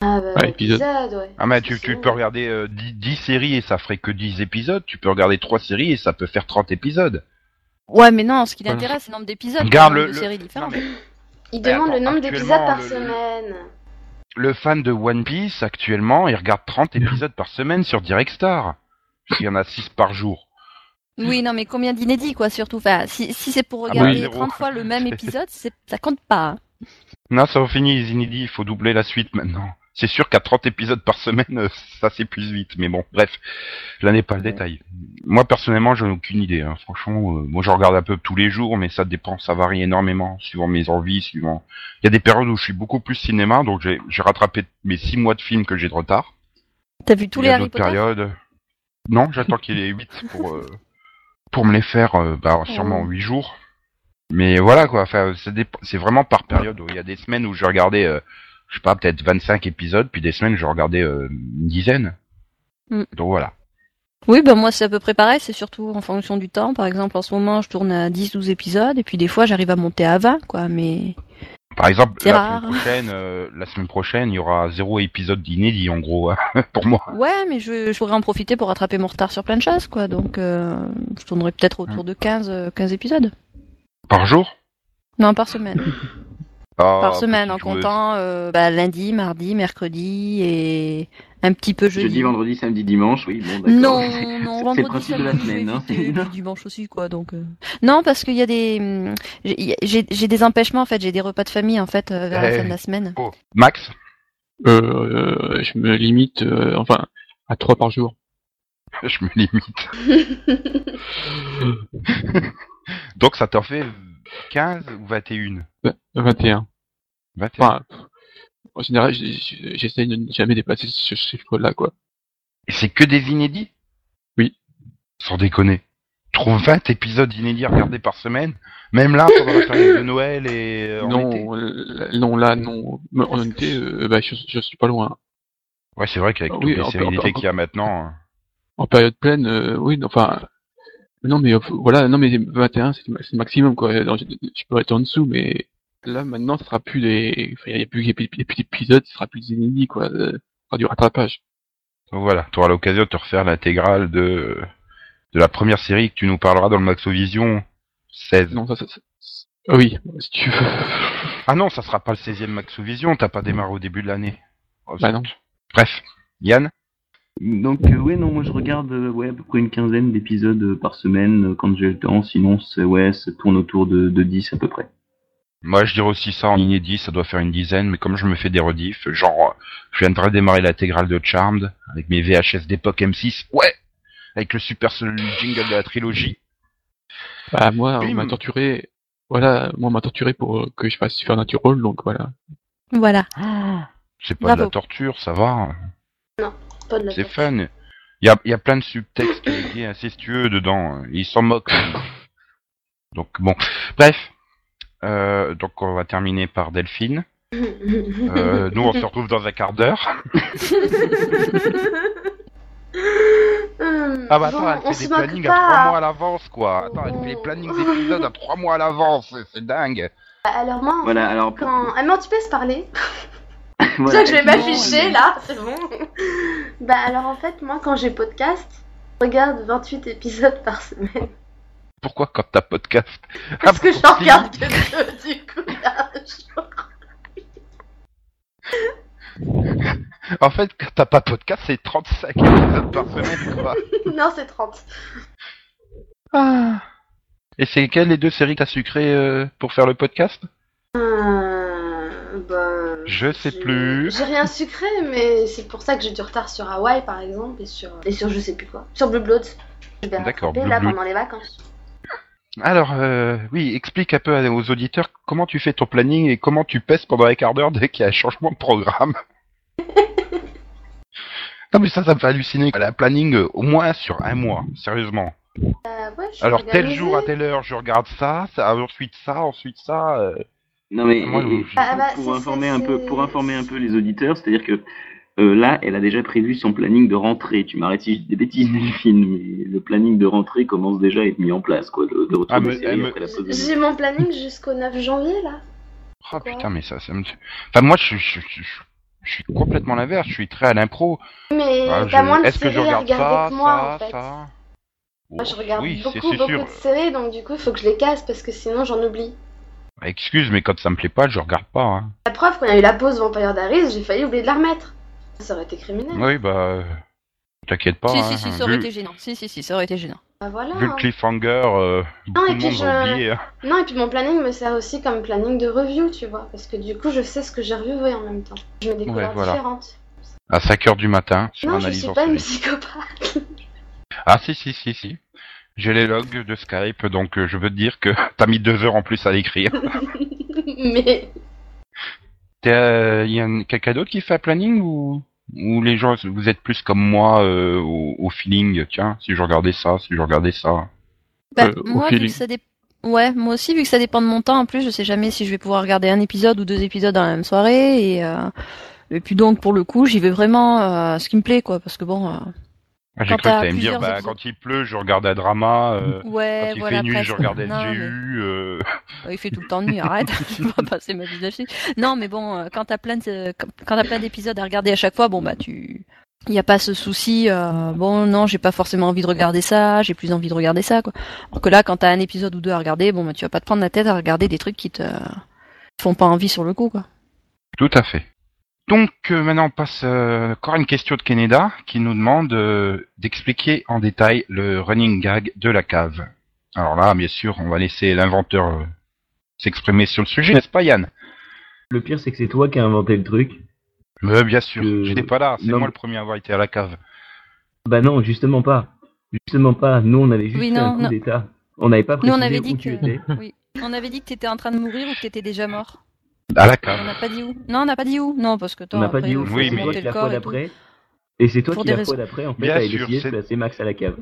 D: Ah bah,
G: Ouais, épisode.
D: ouais.
F: Ah, mais
D: Parce
F: tu,
D: que
F: tu
D: sinon,
F: peux regarder euh, 10, 10 séries et ça ferait que 10 épisodes. Tu peux regarder 3 séries et ça peut faire 30 épisodes.
E: Ouais, mais non, ce qui
G: Voilà.
E: l'intéresse, c'est le nombre d'épisodes.
F: Regarde
E: pas
F: le-
E: nombre de
F: le-
E: séries différentes.
F: Non, mais
D: Il
F: Mais
D: demande
F: attends,
D: le nombre d'épisodes
F: actuellement,
D: par
F: le- le-
D: semaine.
F: le fan de One Piece, actuellement, il regarde 30 épisodes par semaine sur Direct Star. Il y en a 6 par jour.
E: Oui, non, mais combien d'inédits, quoi, surtout. Enfin, si, si c'est
F: Ah,
E: pour regarder
F: zéro.
E: 30 fois le même épisode, c'est- ça compte pas. hein.
F: Non, ça va finir les inédits. Il faut doubler la suite maintenant. C'est sûr qu'à 30 épisodes par semaine, euh, ça s'épuise vite. Mais bon, bref, là n'est pas le détail. Moi, personnellement, j'en ai aucune idée. hein. Franchement, euh, moi, je regarde un peu tous les jours, mais ça dépend, ça varie énormément, suivant mes envies, suivant... Il y a des périodes où je suis beaucoup plus cinéma, donc j'ai j'ai rattrapé mes six mois de films que j'ai de retard.
E: T'as vu tous
F: Il y
E: les
F: a
E: Harry
F: d'autres
E: Potter
F: périodes... Non, j'attends qu'il ait 8 pour, euh, pour me les faire, euh,
E: Oh.
F: bah, sûrement en 8 jours. Mais voilà, quoi. Enfin, ça dépend- c'est vraiment par période. Il y a des semaines où je regardais, euh, je sais pas, peut-être 25 épisodes, puis des semaines où je regardais euh, une dizaine.
E: Mm.
F: Donc voilà.
E: Oui, ben moi c'est à peu près pareil, c'est surtout en fonction du temps. Par exemple, en ce moment, je tourne à 10-12 épisodes, et puis des fois, j'arrive à monter à 20, quoi, mais...
F: Par exemple,
E: C'est
F: la
E: rare.
F: semaine, prochaine, euh, la semaine prochaine, il y aura zéro épisode d'inédit, en gros, hein, pour moi.
E: Ouais, mais je, je pourrais en profiter pour rattraper mon retard sur plein de choses, quoi, donc euh, je tournerai peut-être
B: Mm.
E: autour de 15, euh, 15 épisodes.
F: Par jour
E: Non, par semaine.
F: Ah,
B: bah,
E: par semaine,
F: petite
E: en
F: joueuse.
E: comptant euh, bah, lundi, mardi, mercredi, et un petit peu jeudi.
B: Jeudi, vendredi, samedi, dimanche, oui, bon, d'accord.
E: Non,
B: C'est-
E: non,
B: c'est
E: vendredi,
B: le principe de
E: samedi,
B: la
E: je vais
B: semaine, hein.
E: éviter, et puis dimanche aussi, quoi. Donc, euh. non, parce qu'il y a des, hum, j'ai- j'ai j'ai des empêchements en fait, j'ai des repas de famille en fait euh, vers la
F: Eh.
E: fin de la semaine.
F: Oh. Max
G: Euh, euh, je me limite, euh, enfin, à trois par jour.
F: Je me limite. Donc ça t'en fait 15 ou 21
G: Ouais, 21.
F: 21.
G: Enfin, pff, en général, j- j- j'essaye de ne jamais dépasser ce chiffre-là, quoi.
F: Et c'est que des inédits
G: Oui.
F: Sans déconner. Trouve 20 épisodes inédits regardés par semaine, même là, pendant la période de Noël et euh, en été.
G: non, euh, non, là, non. Mais En été, euh, bah, je, je suis pas loin.
F: Ouais, c'est vrai qu'avec
G: Ah
F: toutes
G: oui,
F: les
G: on peut-
F: séries
G: on peut-
F: d'été
G: on peut-
F: qu'il y a maintenant... hein.
G: En période pleine, euh, oui, enfin. Non, mais euh, voilà, non, mais 21, c'est le maximum, quoi. Non, je, je peux être en dessous, mais là, maintenant, ça sera plus des. Enfin, il n'y a plus des petits épisodes, ça sera plus des inédits, quoi. Euh, ça sera du rattrapage.
F: Donc voilà, tu auras l'occasion de te refaire l'intégrale de, de la première série que tu nous parleras dans le Maxovision 16.
G: Non, ça, ça, ça- Ah Oui, si tu veux.
F: Ah non, ça sera pas le 16e Maxovision, t'as pas démarré au début de l'année. Oh,
G: Bah
F: zut.
G: non.
F: Bref, Yann
B: Donc euh, ouais non moi je regarde euh, ouais à peu près une quinzaine d'épisodes euh, par semaine euh, quand j'ai le temps sinon c'est ouais ça tourne autour de, de 10 à peu près.
F: Moi je dirais aussi ça en inédit, ça doit faire une dizaine, mais comme je me fais des rediffs, genre euh, je viens de redémarrer l'intégrale de Charmed avec mes VHS d'époque M6, ouais Avec le super seul jingle de la trilogie.
G: Bah, moi,
F: Oui,
G: on m'a
F: mais-
G: torturé. Voilà, moi, on m'a torturé pour euh, que je fasse Supernatural, donc voilà.
E: Voilà.
F: C'est pas de la
E: Bravo.
F: torture, ça va. hein.
D: Pas de la
F: C'est
D: tête.
F: fun. Il y a, il y a plein de subtextes euh, gays incestueux dedans. hein. Ils s'en moquent. Donc bon, bref. Euh, donc on va terminer par Delphine. Euh, nous on se retrouve dans un quart d'heure.
D: Hum,
F: Ah bah
D: bon,
F: attends,
D: on
F: elle fait
D: se
F: des
D: moque
F: plannings à
D: pas.
F: trois mois à l'avance quoi. Attends, elle fait les plannings d'épisodes à trois mois à l'avance, c'est- c'est dingue.
D: Alors moi,
B: Voilà alors
D: quand... Ah non, tu peux se parler
B: voilà,
D: C'est pour ça que je vais
B: effectivement,
D: m'afficher
B: euh,
D: là, c'est bon. bah alors en fait, moi quand j'ai podcast, je regarde 28 épisodes par semaine.
F: Pourquoi quand t'as podcast
D: Parce que je
F: pour-
D: regarde que deux, du coup, là, je-
F: En fait, quand t'as pas podcast, c'est 35 épisodes par semaine quoi.
D: Non, c'est 30.
F: Ah. Et c'est quelles les deux séries que t'as sucrées euh, pour faire le podcast
D: Euh, ben,
F: Je sais
D: j'ai-
F: plus.
D: J'ai rien sucré, mais c'est pour ça que j'ai du retard sur Hawaï par exemple et sur, et sur je sais plus quoi. Sur Blue Bloods. Je vais
F: D'accord,
D: rattraper,
F: Blue
D: là
F: Bloods.
D: pendant les vacances.
F: Alors, euh, oui, explique un peu à- aux auditeurs comment tu fais ton planning et comment tu pèses pendant un quart d'heure dès qu'il y a un changement de programme. non, mais ça, ça me fait halluciner. Elle a un planning euh, au moins sur un mois, sérieusement.
D: Euh, ouais, je suis
F: Alors, tel
D: organisée.
F: jour à telle heure, je regarde ça, ça ensuite ça, ensuite ça. euh,
B: Non mais
F: Moi,
B: et-
F: je-
B: et-
D: Ah, bah,
B: pour
D: c'est-
B: informer
D: c'est-
B: un peu
D: c'est-
B: pour informer un peu les auditeurs, c'est-à-dire que Euh, là, elle a déjà prévu son planning de rentrée. Tu m'arrêtes si je dis des bêtises, Delphine, mais le planning de rentrée commence déjà à être mis en place, quoi, de, de retour
F: Ah,
B: des
F: mais-
B: séries
F: mais-
B: après la pause de
D: J'ai mon planning jusqu'au 9 janvier là.
F: Ah
D: Quoi
F: putain, mais ça, ça me. Enfin, moi, je, je, je, je- je suis complètement l'inverse. Je suis très à l'impro.
D: Mais
F: Ah,
D: t'as
F: je-
D: moins de
F: Est-ce que je
D: séries à
F: regarde
D: regarder
F: ça,
D: que moi
F: ça,
D: en fait.
F: ça
D: Moi je regarde
F: Oui, c'est-
D: beaucoup
F: c'est
D: beaucoup
F: sûr.
D: de séries donc du coup il faut que je les casse parce que sinon j'en oublie.
F: Bah, Excuse, mais quand ça me plaît pas, je regarde pas. hein.
D: La preuve quand il y a eu la pause Vampire Diaries j'ai failli oublier de la remettre. Ça aurait été criminel.
F: Oui, bah. euh, T'inquiète
B: Oh,
F: pas.
E: si,
F: hein.
E: si, si, ça aurait
F: vu,
E: été gênant. Si, si, si, ça aurait été gênant.
D: Bah voilà.
F: vu le
D: hein.
F: cliffhanger, euh, beaucoup hein.
D: et
F: de
D: puis
F: monde va
D: je-
F: oublier.
D: Non, et puis mon planning me sert aussi comme planning de review, tu vois. Parce que du coup, je sais ce que j'ai reviewé en même temps. Je mets des
F: Ouais,
D: couleurs
F: voilà.
D: différentes.
F: À 5 heures du matin, sur
D: non, je
F: analyse
D: suis
F: en
D: pas une
F: série.
D: psychopathe.
F: Ah si si si si. J'ai les logs de Skype, donc euh, je veux te dire que t'as mis deux heures en plus à l'écrire.
D: Mais
F: Il euh, y a un- quelqu'un d'autre qui fait un planning ou ou les gens vous êtes plus comme moi euh, au, au feeling tiens si je regardais ça si je regardais ça
E: Bah,
G: Euh, au
E: moi, vu que
G: feeling.
E: ça dé- Ouais, moi aussi, vu que ça dépend de mon temps, en plus, je sais jamais si je vais pouvoir regarder un épisode ou deux épisodes dans la même soirée. Et, euh, et puis donc, pour le coup, j'y vais vraiment euh, ce qui me plaît, quoi. Parce que bon, euh,
F: Ah, j'ai cru
E: Quand
F: que
E: t'as
F: t'allais me dire
E: plusieurs
F: bah,
E: épisodes.
F: quand il pleut je regarde un drama euh,
E: ouais,
F: quand il
E: voilà.
F: fait nuit
E: presque.
F: je regarde
E: Non, mais-
F: SGU euh,
E: Ouais, Bah, Il fait tout le temps nuit, arrête, je vais pas passer ma vie dessus. Non, mais bon, euh, quand t'as plein de, euh, quand quand t'as plein d'épisodes à regarder à chaque fois, bon bah tu, il y a pas ce souci. euh, bon, non, j'ai pas forcément envie de regarder ça, j'ai plus envie de regarder ça, quoi. Alors que là, quand t'as un épisode ou deux à regarder, bon bah tu vas pas te prendre la tête à regarder des trucs qui te font pas envie sur le coup, quoi.
F: Tout à fait. Donc euh, maintenant on passe euh, encore à une question de Keneda qui nous demande euh, d'expliquer en détail le running gag de la cave. Alors là, bien sûr, on va laisser l'inventeur euh, s'exprimer sur le sujet, n'est-ce pas Yann
B: Le pire, c'est que c'est toi qui as inventé le truc.
F: Euh, Bien sûr,
B: Euh,
F: j'étais pas là, c'est
B: non.
F: moi le premier à avoir été à la cave.
B: Bah non, justement pas. Justement pas. Nous, on avait juste
E: Oui,
B: fait
E: non,
B: un coup
E: non.
B: d'état. On n'avait pas
E: Nous,
B: précisé
E: on avait
B: où
E: dit
B: tu
E: que-
B: étais.
E: Oui. On avait dit que t'étais en train de mourir ou que t'étais déjà mort.
F: À la
E: On
F: cave.
E: n'a pas dit où. Non, on n'a pas dit où. Non, parce que toi.
B: on n'a pas
E: après,
B: dit
E: il
B: où.
E: faut
F: Ah. Oui,
B: c'est
F: mais-
B: toi
E: remonter
B: qui
E: le
B: la
E: corps
B: fois
E: et tout.
B: d'après. Et c'est toi
E: Pour
B: qui
E: des
B: la fois
E: raisons.
B: d'après, en fait,
F: Bien
B: a
F: sûr,
B: décidé de
F: c'est-
B: placer Max à la cave.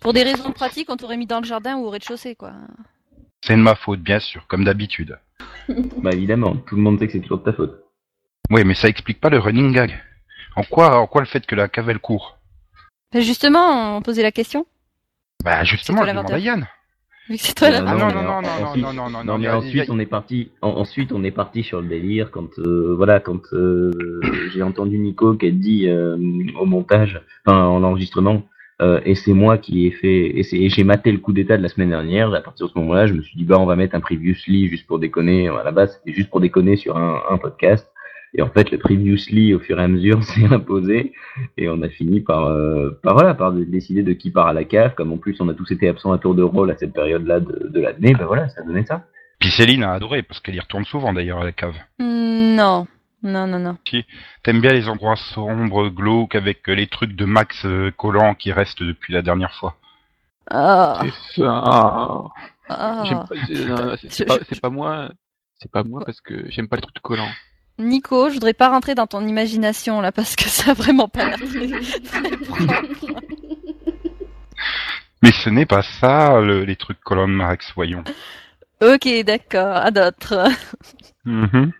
E: Pour des raisons pratiques, on t'aurait mis dans le jardin ou au rez-de-chaussée, quoi.
F: C'est de ma faute, bien sûr, comme d'habitude.
B: Bah évidemment, tout le monde sait que c'est toujours de ta faute.
F: Oui, mais ça explique pas le running gag. En quoi, en quoi le fait que la cave elle court
E: Ben Justement, on posait la question.
F: Bah justement,
E: toi
F: je demande à
E: l'inventeur.
F: Yann.
E: Vu que c'est toi
B: Euh,
E: là.
F: Ah non,
B: mais
F: non,
B: en-
F: non, non,
B: ensuite-
F: non, non, non,
B: Non, mais
F: il y a- il y a-
B: ensuite on est parti. en- ensuite on est parti sur le délire quand euh, voilà quand euh, j'ai entendu Nico qui a dit euh, au montage, enfin en enregistrement, euh, et c'est moi qui ai fait et, c'est- et j'ai maté le coup d'état de la semaine dernière. À partir de ce moment-là, je me suis dit bah on va mettre un previously juste pour déconner. À la base c'était juste pour déconner sur un, un podcast. Et en fait, le previously, au fur et à mesure, s'est imposé, et on a fini par, euh, par voilà, par décider de qui part à la cave. Comme en plus, on a tous été absents à tour de rôle à cette période-là de, de l'année, ben voilà, ça a donné ça.
F: Puis Céline a adoré, parce qu'elle y retourne souvent d'ailleurs à la cave.
E: Non, non, non, non.
F: T'aimes bien les endroits sombres, glauques, avec euh, les trucs de Max euh, Collant qui restent depuis la dernière fois.
E: Ah,
G: C'est ça.
E: ah.
G: J'aime pas- c'est- non, non, c'est- c'est
E: Je-
G: pas-
E: je-
G: c'est pas moi. C'est pas moi parce que j'aime pas le truc collant.
E: Nico, je voudrais pas rentrer dans ton imagination là parce que ça a vraiment pas l'air très- très propre.
F: Mais ce n'est pas ça, le- les trucs Collant de Max, voyons.
E: ok, d'accord, à d'autres.
F: Mm-hmm.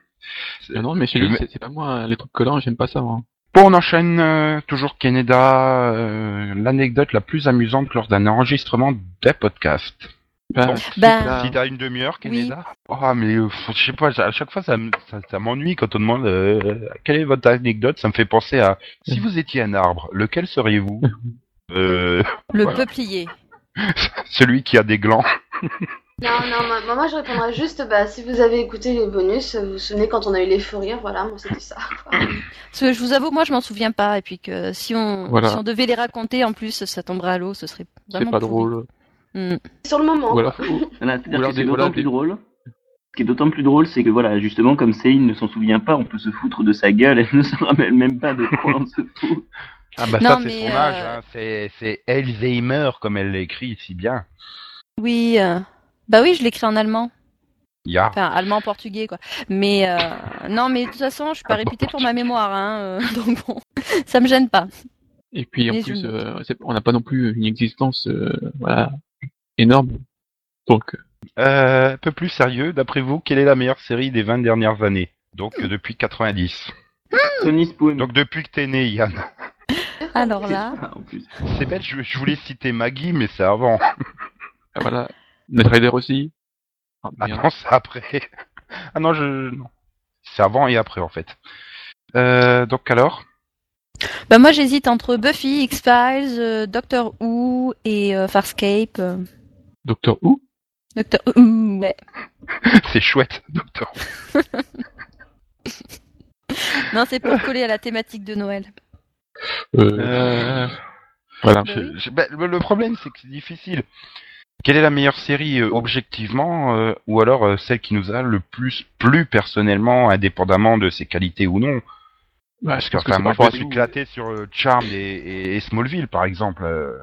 G: Non, non, mais chez
F: Mais-
G: lui, c'est c'est pas moi. Les trucs collants, j'aime pas ça. moi.
F: Bon, on enchaîne euh, toujours Keneda, euh, l'anecdote la plus amusante lors d'un enregistrement d'un podcast.
G: Ben,
F: Bon.
G: c'est
E: Ben,
G: là-
F: Si t'as une demi-heure,
E: Oui.
F: Keneda Ah, mais euh, faut- je sais pas, à chaque fois ça, me- ça, ça m'ennuie quand on demande euh, quelle est votre anecdote, ça me fait penser à si vous étiez un arbre, lequel seriez-vous euh,
E: Le
F: Voilà.
E: peuplier.
F: Celui qui a des glands.
D: non, non, moi, moi, moi, je répondrais juste, bah, si vous avez écouté les bonus, vous vous souvenez quand on a eu les fous rires, voilà, moi c'était ça. quoi.
E: Parce que je vous avoue, moi je m'en souviens pas. Et puis que si on,
G: Voilà.
E: si on devait les raconter en plus, ça tomberait à l'eau, ce serait vraiment
G: c'est pas
E: pourri.
G: drôle.
E: Mm.
D: Sur le moment.
G: Ou alors,
D: quoi.
G: ou-
B: Voilà, c'est-à-dire
G: Ou alors
B: que
G: des-
B: c'est
G: ou alors
B: d'autant
G: des-
B: plus drôle. Ce qui est d'autant plus drôle, c'est que voilà, justement, comme Céline ne s'en souvient pas, on peut se foutre de sa gueule, elle ne se rappelle même pas de quoi on se fout.
F: Ah bah
E: Non,
F: ça c'est
E: mais,
F: son
E: euh,
F: âge, hein. c'est, c'est Alzheimer comme elle l'écrit si bien.
E: Oui, euh, bah oui, je l'écris en allemand.
F: Ya.
E: Enfin, allemand-portugais, quoi. Mais euh, non, mais de toute façon, je suis pas réputée pour ma mémoire, hein, euh, donc bon, ça me gêne pas.
G: Et puis en
E: Mais
G: plus,
E: je-
G: euh, c'est- on n'a pas non plus une existence euh, voilà, énorme. Donc,
F: Euh, un peu plus sérieux, d'après vous, quelle est la meilleure série des 20 dernières années Donc euh, depuis 90.
B: Tony Spoon.
F: Donc depuis que t'es né, Yann.
E: Alors
B: C'est
E: là,
B: ça, en plus.
F: C'est bête, je, je voulais citer Maggie, mais c'est avant.
G: Ah, voilà. Night Rider aussi. Ah,
F: Ah
G: merde.
F: non, c'est après. Ah non, je. non. C'est avant et après en fait. Euh, donc alors
E: bah moi j'hésite entre Buffy, X-Files, euh, Doctor Who et euh, Farscape. euh,
G: Doctor Who
E: Doctor Who, ouais.
F: C'est chouette, docteur.
E: Non, c'est pour coller à la thématique de Noël.
G: euh, Voilà.
E: Bah oui.
F: Je- je- bah, le le problème, c'est que c'est difficile. Quelle est la meilleure série euh, objectivement, euh, ou alors euh, celle qui nous a le plus plu personnellement, indépendamment de ses qualités ou non
G: Bah,
F: Parce
G: je
F: que,
G: pense que
F: enfin,
G: c'est
F: moi,
G: pas
F: je me
G: fort
F: suis éclaté sur euh, Charmed et, et- et Smallville, par exemple. euh.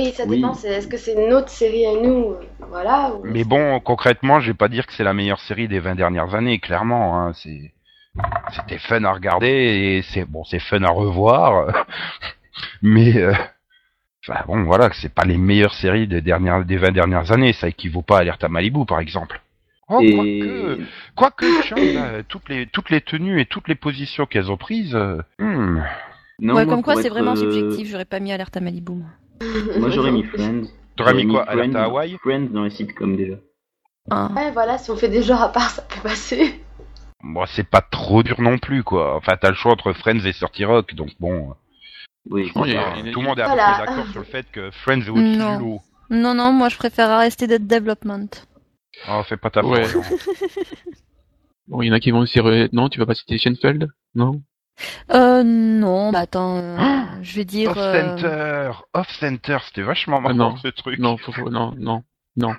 D: Oui, ça
B: Oui.
D: dépend. c'est- Est-ce que c'est notre série à nous euh, Voilà. ou-
F: Mais bon, concrètement, je vais pas dire que c'est la meilleure série des 20 dernières années, clairement. hein, c'est- C'était fun à regarder et c'est bon, c'est fun à revoir. mais euh, enfin, bon, voilà, c'est pas les meilleures séries des dernières des 20 dernières années. Ça équivaut pas à Alerte à Malibu, par exemple. Oh, quoique-
B: Et
F: Quoique, tiens, là, toutes les toutes les tenues et toutes les positions qu'elles ont prises, euh, hmm,
B: non,
E: ouais,
B: moi,
E: comme quoi
B: pour
E: c'est
B: être, euh,
E: vraiment subjectif, j'aurais pas mis alerte à Malibu. moi.
B: Moi j'aurais mis Friends.
F: t'aurais mis
B: J'aurais
F: quoi
B: Friends-
F: Alerte à Hawaii
B: Friends dans les sitcoms déjà.
E: Ah.
D: Ouais, voilà. Si on fait des genres à part, ça peut passer.
F: Bon, c'est pas trop dur non plus, quoi. Enfin, t'as le choix entre Friends et Sorty Rock, donc bon.
B: Oui.
G: Oui,
F: Enfin,
G: il y a-
F: tout le monde est à peu
D: Voilà.
F: près d'accord sur le fait que Friends est au-dessus
E: Non.
F: du lot.
E: Non, non, moi je préfère rester de development.
F: Oh, fais pas ta
G: Ouais.
F: faute.
G: Bon, il y en a qui vont aussi. re- Non, tu vas pas citer Schoenfeld Non
E: Euh, non, bah attends, euh, je vais dire. euh,
F: Off-center Off-center, c'était vachement
G: Ah,
F: marrant
G: non.
F: ce truc.
G: Non, faut- faut- non, non, non,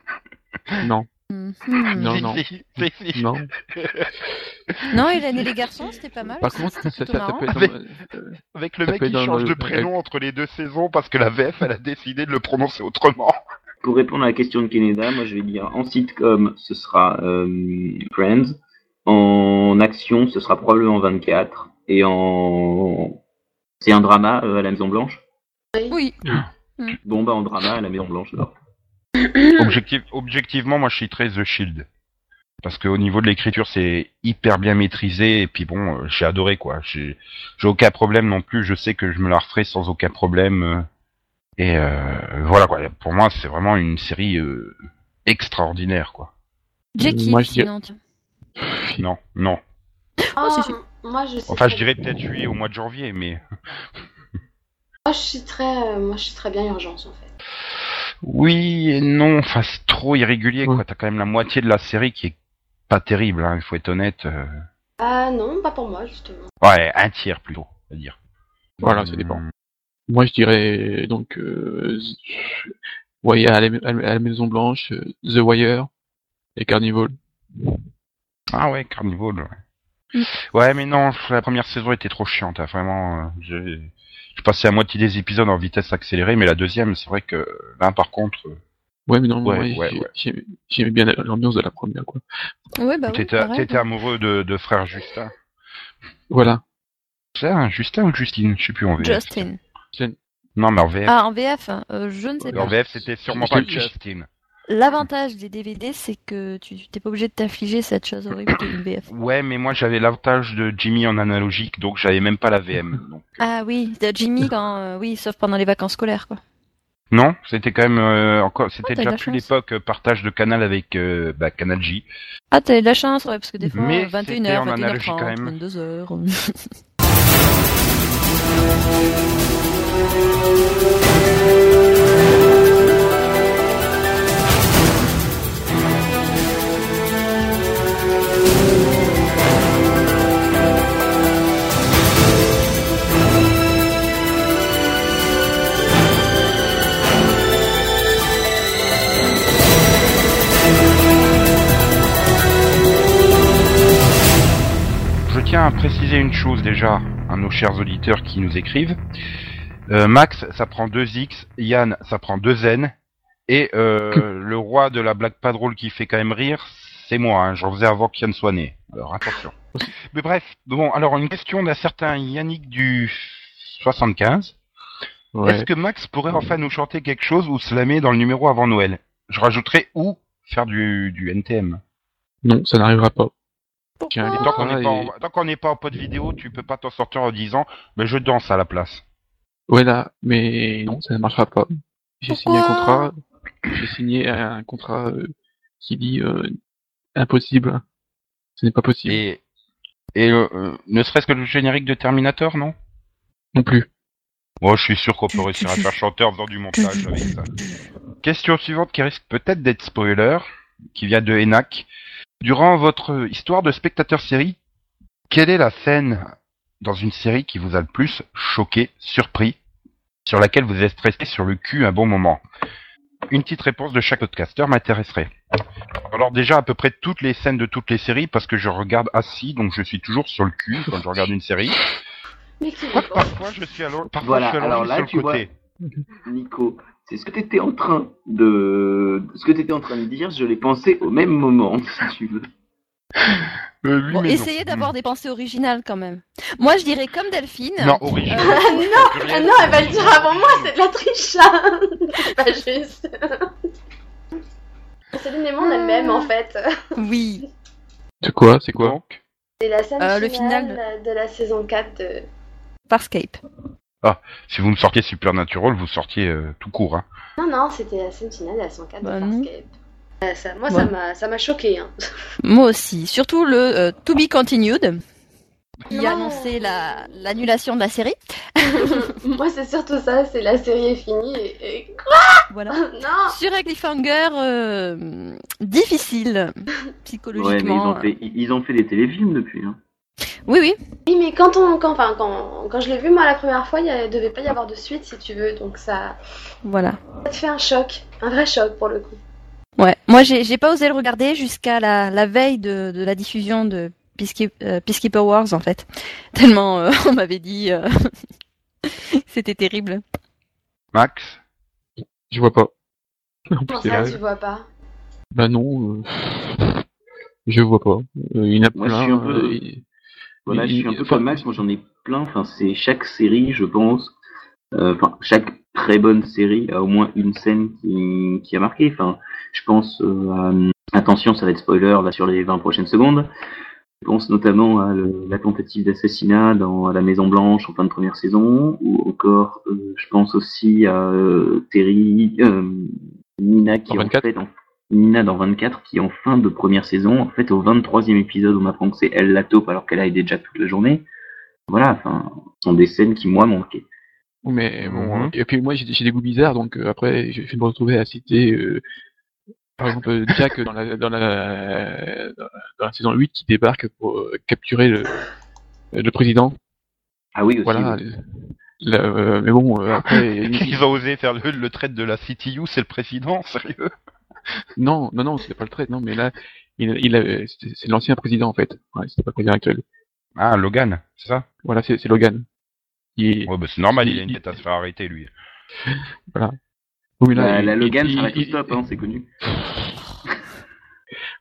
G: non,
E: hmm, hmm.
G: Non,
F: Si,
G: non.
F: si, si, si.
G: non.
E: Non, Hélène et les garçons, c'était pas mal.
G: Par
E: aussi,
G: contre, ça,
E: c'était
G: ça,
E: plutôt marrant.
G: peut être.
F: marrant.
G: euh,
F: Avec le
G: Ça
F: mec
G: peut
F: qui
G: être dans
F: change
G: le-
F: de prénom entre les deux saisons parce que la VF, elle a décidé de le prononcer autrement.
B: Pour répondre à la question de Keneda, moi je vais dire en sitcom ce sera euh, Friends, en action ce sera probablement 24 et en c'est un drama euh, à la Maison Blanche.
E: Oui.
B: Bon bah en drama à la Maison Blanche alors.
G: Hmm.
F: Objectif- objectivement, moi, je citerais The Shield. Parce qu'au niveau de l'écriture, c'est hyper bien maîtrisé. Et puis bon, euh, j'ai adoré, quoi. J'ai j'ai aucun problème non plus. Je sais que je me la referai sans aucun problème. euh. Et euh, voilà, quoi. Pour moi, c'est vraiment une série euh, extraordinaire, quoi.
E: Jackie,
G: Moi, je dirais-
E: sinon, tiens.
F: Non, non.
D: Ah,
E: Oh, si, si.
D: m- Moi, je.
F: Enfin,
D: citerais-
F: je dirais peut-être oui au mois de janvier, mais...
D: Moi, je suis très. euh, Moi, je suis très bien urgence en fait.
F: Oui et non. Enfin, c'est trop irrégulier,
G: Ouais.
F: quoi. T'as quand même la moitié de la série qui est pas terrible, hein, il faut être honnête. euh.
D: Ah non, pas pour moi justement.
F: Ouais, un tiers plutôt, à dire. Euh,
G: Voilà, ça dépend. Moi, je dirais donc. Euh, ouais, à, la, à la Maison Blanche, euh, The Wire et Carnival.
F: Ah ouais, Carnival.
E: Mm.
F: Ouais, ouais mais non, la première saison était trop chiante, hein, vraiment. euh, Je, je passais la moitié des épisodes en vitesse accélérée, mais la deuxième, c'est vrai que là, par contre, euh,
G: Ouais, mais non,
F: Ouais,
G: ouais,
F: ouais,
G: j'ai-
F: ouais.
G: j'ai- j'aimais bien l'ambiance de la première, quoi.
E: Ouais, bah oui,
F: t'étais
E: pareil.
F: t'étais amoureux de, de frère Justin.
G: Voilà.
F: C'est un Justin ou Justine Je sais plus en VF.
E: Justin.
F: Non, mais en VF.
E: Ah, en VF, hein, euh, je ne
G: Oh,
E: sais
F: en
E: pas.
F: VF, c'était sûrement pas
G: Justin.
F: Justine.
E: L'avantage des DVD, c'est que tu tu t'es pas obligé de t'affliger cette chose horrible de une VF.
F: Ouais, mais moi, j'avais l'avantage de Jimmy en analogique, donc j'avais même pas la VM. donc.
E: Ah oui, de Jimmy quand, euh, oui, sauf pendant les vacances scolaires, quoi.
F: Non, c'était quand même euh, encore, c'était
E: Ah, t'as
F: déjà
E: de la
F: plus
E: chance.
F: l'époque euh, partage de canal avec euh, bah, Canal J.
E: Ah, t'as eu de la chance, ouais, parce que des fois, euh,
F: Mais
E: 21h,
F: c'était en analogie
E: 21h30,
F: quand même.
E: 22h.
F: Je tiens à préciser une chose déjà à nos chers auditeurs qui nous écrivent. Euh, Max, ça prend 2x, Yann, ça prend 2 n, et euh, le roi de la blague pas drôle qui fait quand même rire, c'est moi, hein, j'en faisais avant qu'Yann soit né. Alors attention. Mais bref, bon, alors une question d'un certain Yannick du 75. Est-ce
G: Ouais.
F: que Max pourrait enfin nous chanter quelque chose ou se la met dans le numéro avant Noël Je rajouterai ou faire du, du NTM.
G: Non, ça n'arrivera pas. Tiens, les
F: Tant qu'on
G: Ah,
F: n'est pas,
G: et-
F: en- tant qu'on n'est pas en pote vidéo, tu peux pas t'en sortir en disant mais je danse à la place.
G: Ouais, là, mais non, ça ne marchera pas. J'ai signé un
E: Pourquoi
G: contrat, j'ai signé un contrat euh, qui dit euh, impossible. Ce n'est pas possible
F: Et, et euh, euh, ne serait-ce que le générique de Terminator, non
G: non plus.
F: Moi, je suis sûr qu'on peut
E: Tu-
F: réussir
E: tu-
F: à
E: tu-
F: faire chanteur en faisant du montage
E: tu-
F: avec ça. Question suivante qui risque peut-être d'être spoiler, qui vient de Enac. Durant votre histoire de spectateur série, quelle est la scène dans une série qui vous a le plus choqué, surpris, sur laquelle vous êtes resté sur le cul un bon moment Une petite réponse de chaque podcasteur m'intéresserait. Alors déjà à peu près toutes les scènes de toutes les séries parce que je regarde assis donc je suis toujours sur le cul quand je regarde une série.
D: Mais qui
F: Quoi que
D: dépend.
F: parfois je suis allongé, parfois
B: Voilà,
F: je suis allongé
B: alors là,
F: sur le
B: tu vois-
F: côté.
B: Nico, c'est ce que t'étais en train de, ce que t'étais en train de dire, je l'ai pensé au même moment, si tu veux.
F: Euh, oui,
E: Bon,
F: mais non.
E: essayez d'avoir des pensées originales quand même. Moi, je dirais comme Delphine.
F: Non, oh origine.
E: Euh,
D: Ah non, ah non, elle va le dire avant moi, c'est de la triche, ça. Pas juste. Céline et moi, on a le même en fait.
E: Oui.
G: De quoi C'est quoi
D: C'est la scène
E: Euh,
D: finale
E: le
D: de la saison euh. 4 de...
E: Par Skype.
F: Si vous me sortiez Supernatural, vous sortiez euh, tout court. Hein.
D: Non, non, c'était la scène finale de la saison 4
E: Bah
D: de
E: non.
D: Farscape. Euh, ça, moi,
E: Ouais.
D: ça m'a- ça m'a choqué. Hein.
E: Moi aussi. Surtout le euh, To Be Continued, qui
D: Non.
E: annonçait la- l'annulation de la série.
D: moi, c'est surtout ça, c'est la série est finie et... et-
E: Voilà.
D: non
E: Sur un cliffhanger euh, difficile
B: Ouais, mais ils
E: psychologiquement. euh.
B: ont fait, ils ils ont fait des téléfilms depuis. Hein.
E: Oui, oui.
D: Oui, mais quand on, quand, enfin, quand, quand je l'ai vu moi la première fois, il ne devait pas y avoir de suite si tu veux, donc ça,
E: Voilà.
D: ça te fait un choc, un vrai choc pour le coup.
E: Ouais. Moi, j'ai j'ai pas osé le regarder jusqu'à la, la veille de, de la diffusion de Peacekeep- euh, Peacekeeper Wars, en fait. Tellement euh, on m'avait dit. euh, C'était terrible.
F: Max
G: Je vois pas. En plus,
D: Comment
G: c'est
D: ça,
G: là.
D: tu vois pas
G: Bah non, euh, je vois pas. Euh, il y en a
B: Moi, je
G: plein.
B: suis un peu-
G: euh, et-
B: Voilà, je suis un
G: Il-
B: peu
G: enfin-
B: comme Max, moi j'en ai plein. Enfin, c'est chaque série, je pense. euh, Enfin, chaque très bonne série a au moins une scène qui, qui a marqué. Enfin, je pense euh, à. Attention, ça va être spoiler là sur les 20 prochaines secondes. Je pense notamment à le- la tentative d'assassinat dans à la Maison Blanche en fin de première saison, ou encore, euh, je pense aussi à euh, Terry, euh, Nina qui
G: Dans 24.
B: en fait en- Nina dans 24 qui en fin de première saison, en fait au 23e épisode, on apprend que c'est elle la taupe alors qu'elle a aidé Jack toute la journée. Voilà, enfin, ce sont des scènes qui moi manquaient.
G: Mais bon,
F: Mhm.
G: euh, et puis moi j'ai j'ai des goûts bizarres, donc euh, après je je vais me retrouver à citer euh, par exemple euh, Jack dans la, dans, la, dans, la, dans la saison 8 qui débarque pour euh, capturer le, euh, le président.
B: Ah oui aussi.
G: Voilà.
B: oui.
G: Le- euh, mais bon, euh, après. il-
F: Ils ont osé faire le, le trait de la CTU, c'est le président, sérieux
G: Non, non, non, c'était pas le trait, non, mais là, il, il a- c'est c'est l'ancien président en fait. Ouais, c'était pas le président actuel.
F: Ah, Logan, c'est ça
G: Voilà, c'est c'est Logan. Il,
F: Ouais, bah c'est normal, il a une tête à se faire arrêter, lui.
G: oui, mais là,
B: Bah,
G: il-
B: la
G: il-
B: Logan,
G: il-
B: ça va
G: il-
B: tout stop, hein, c'est connu.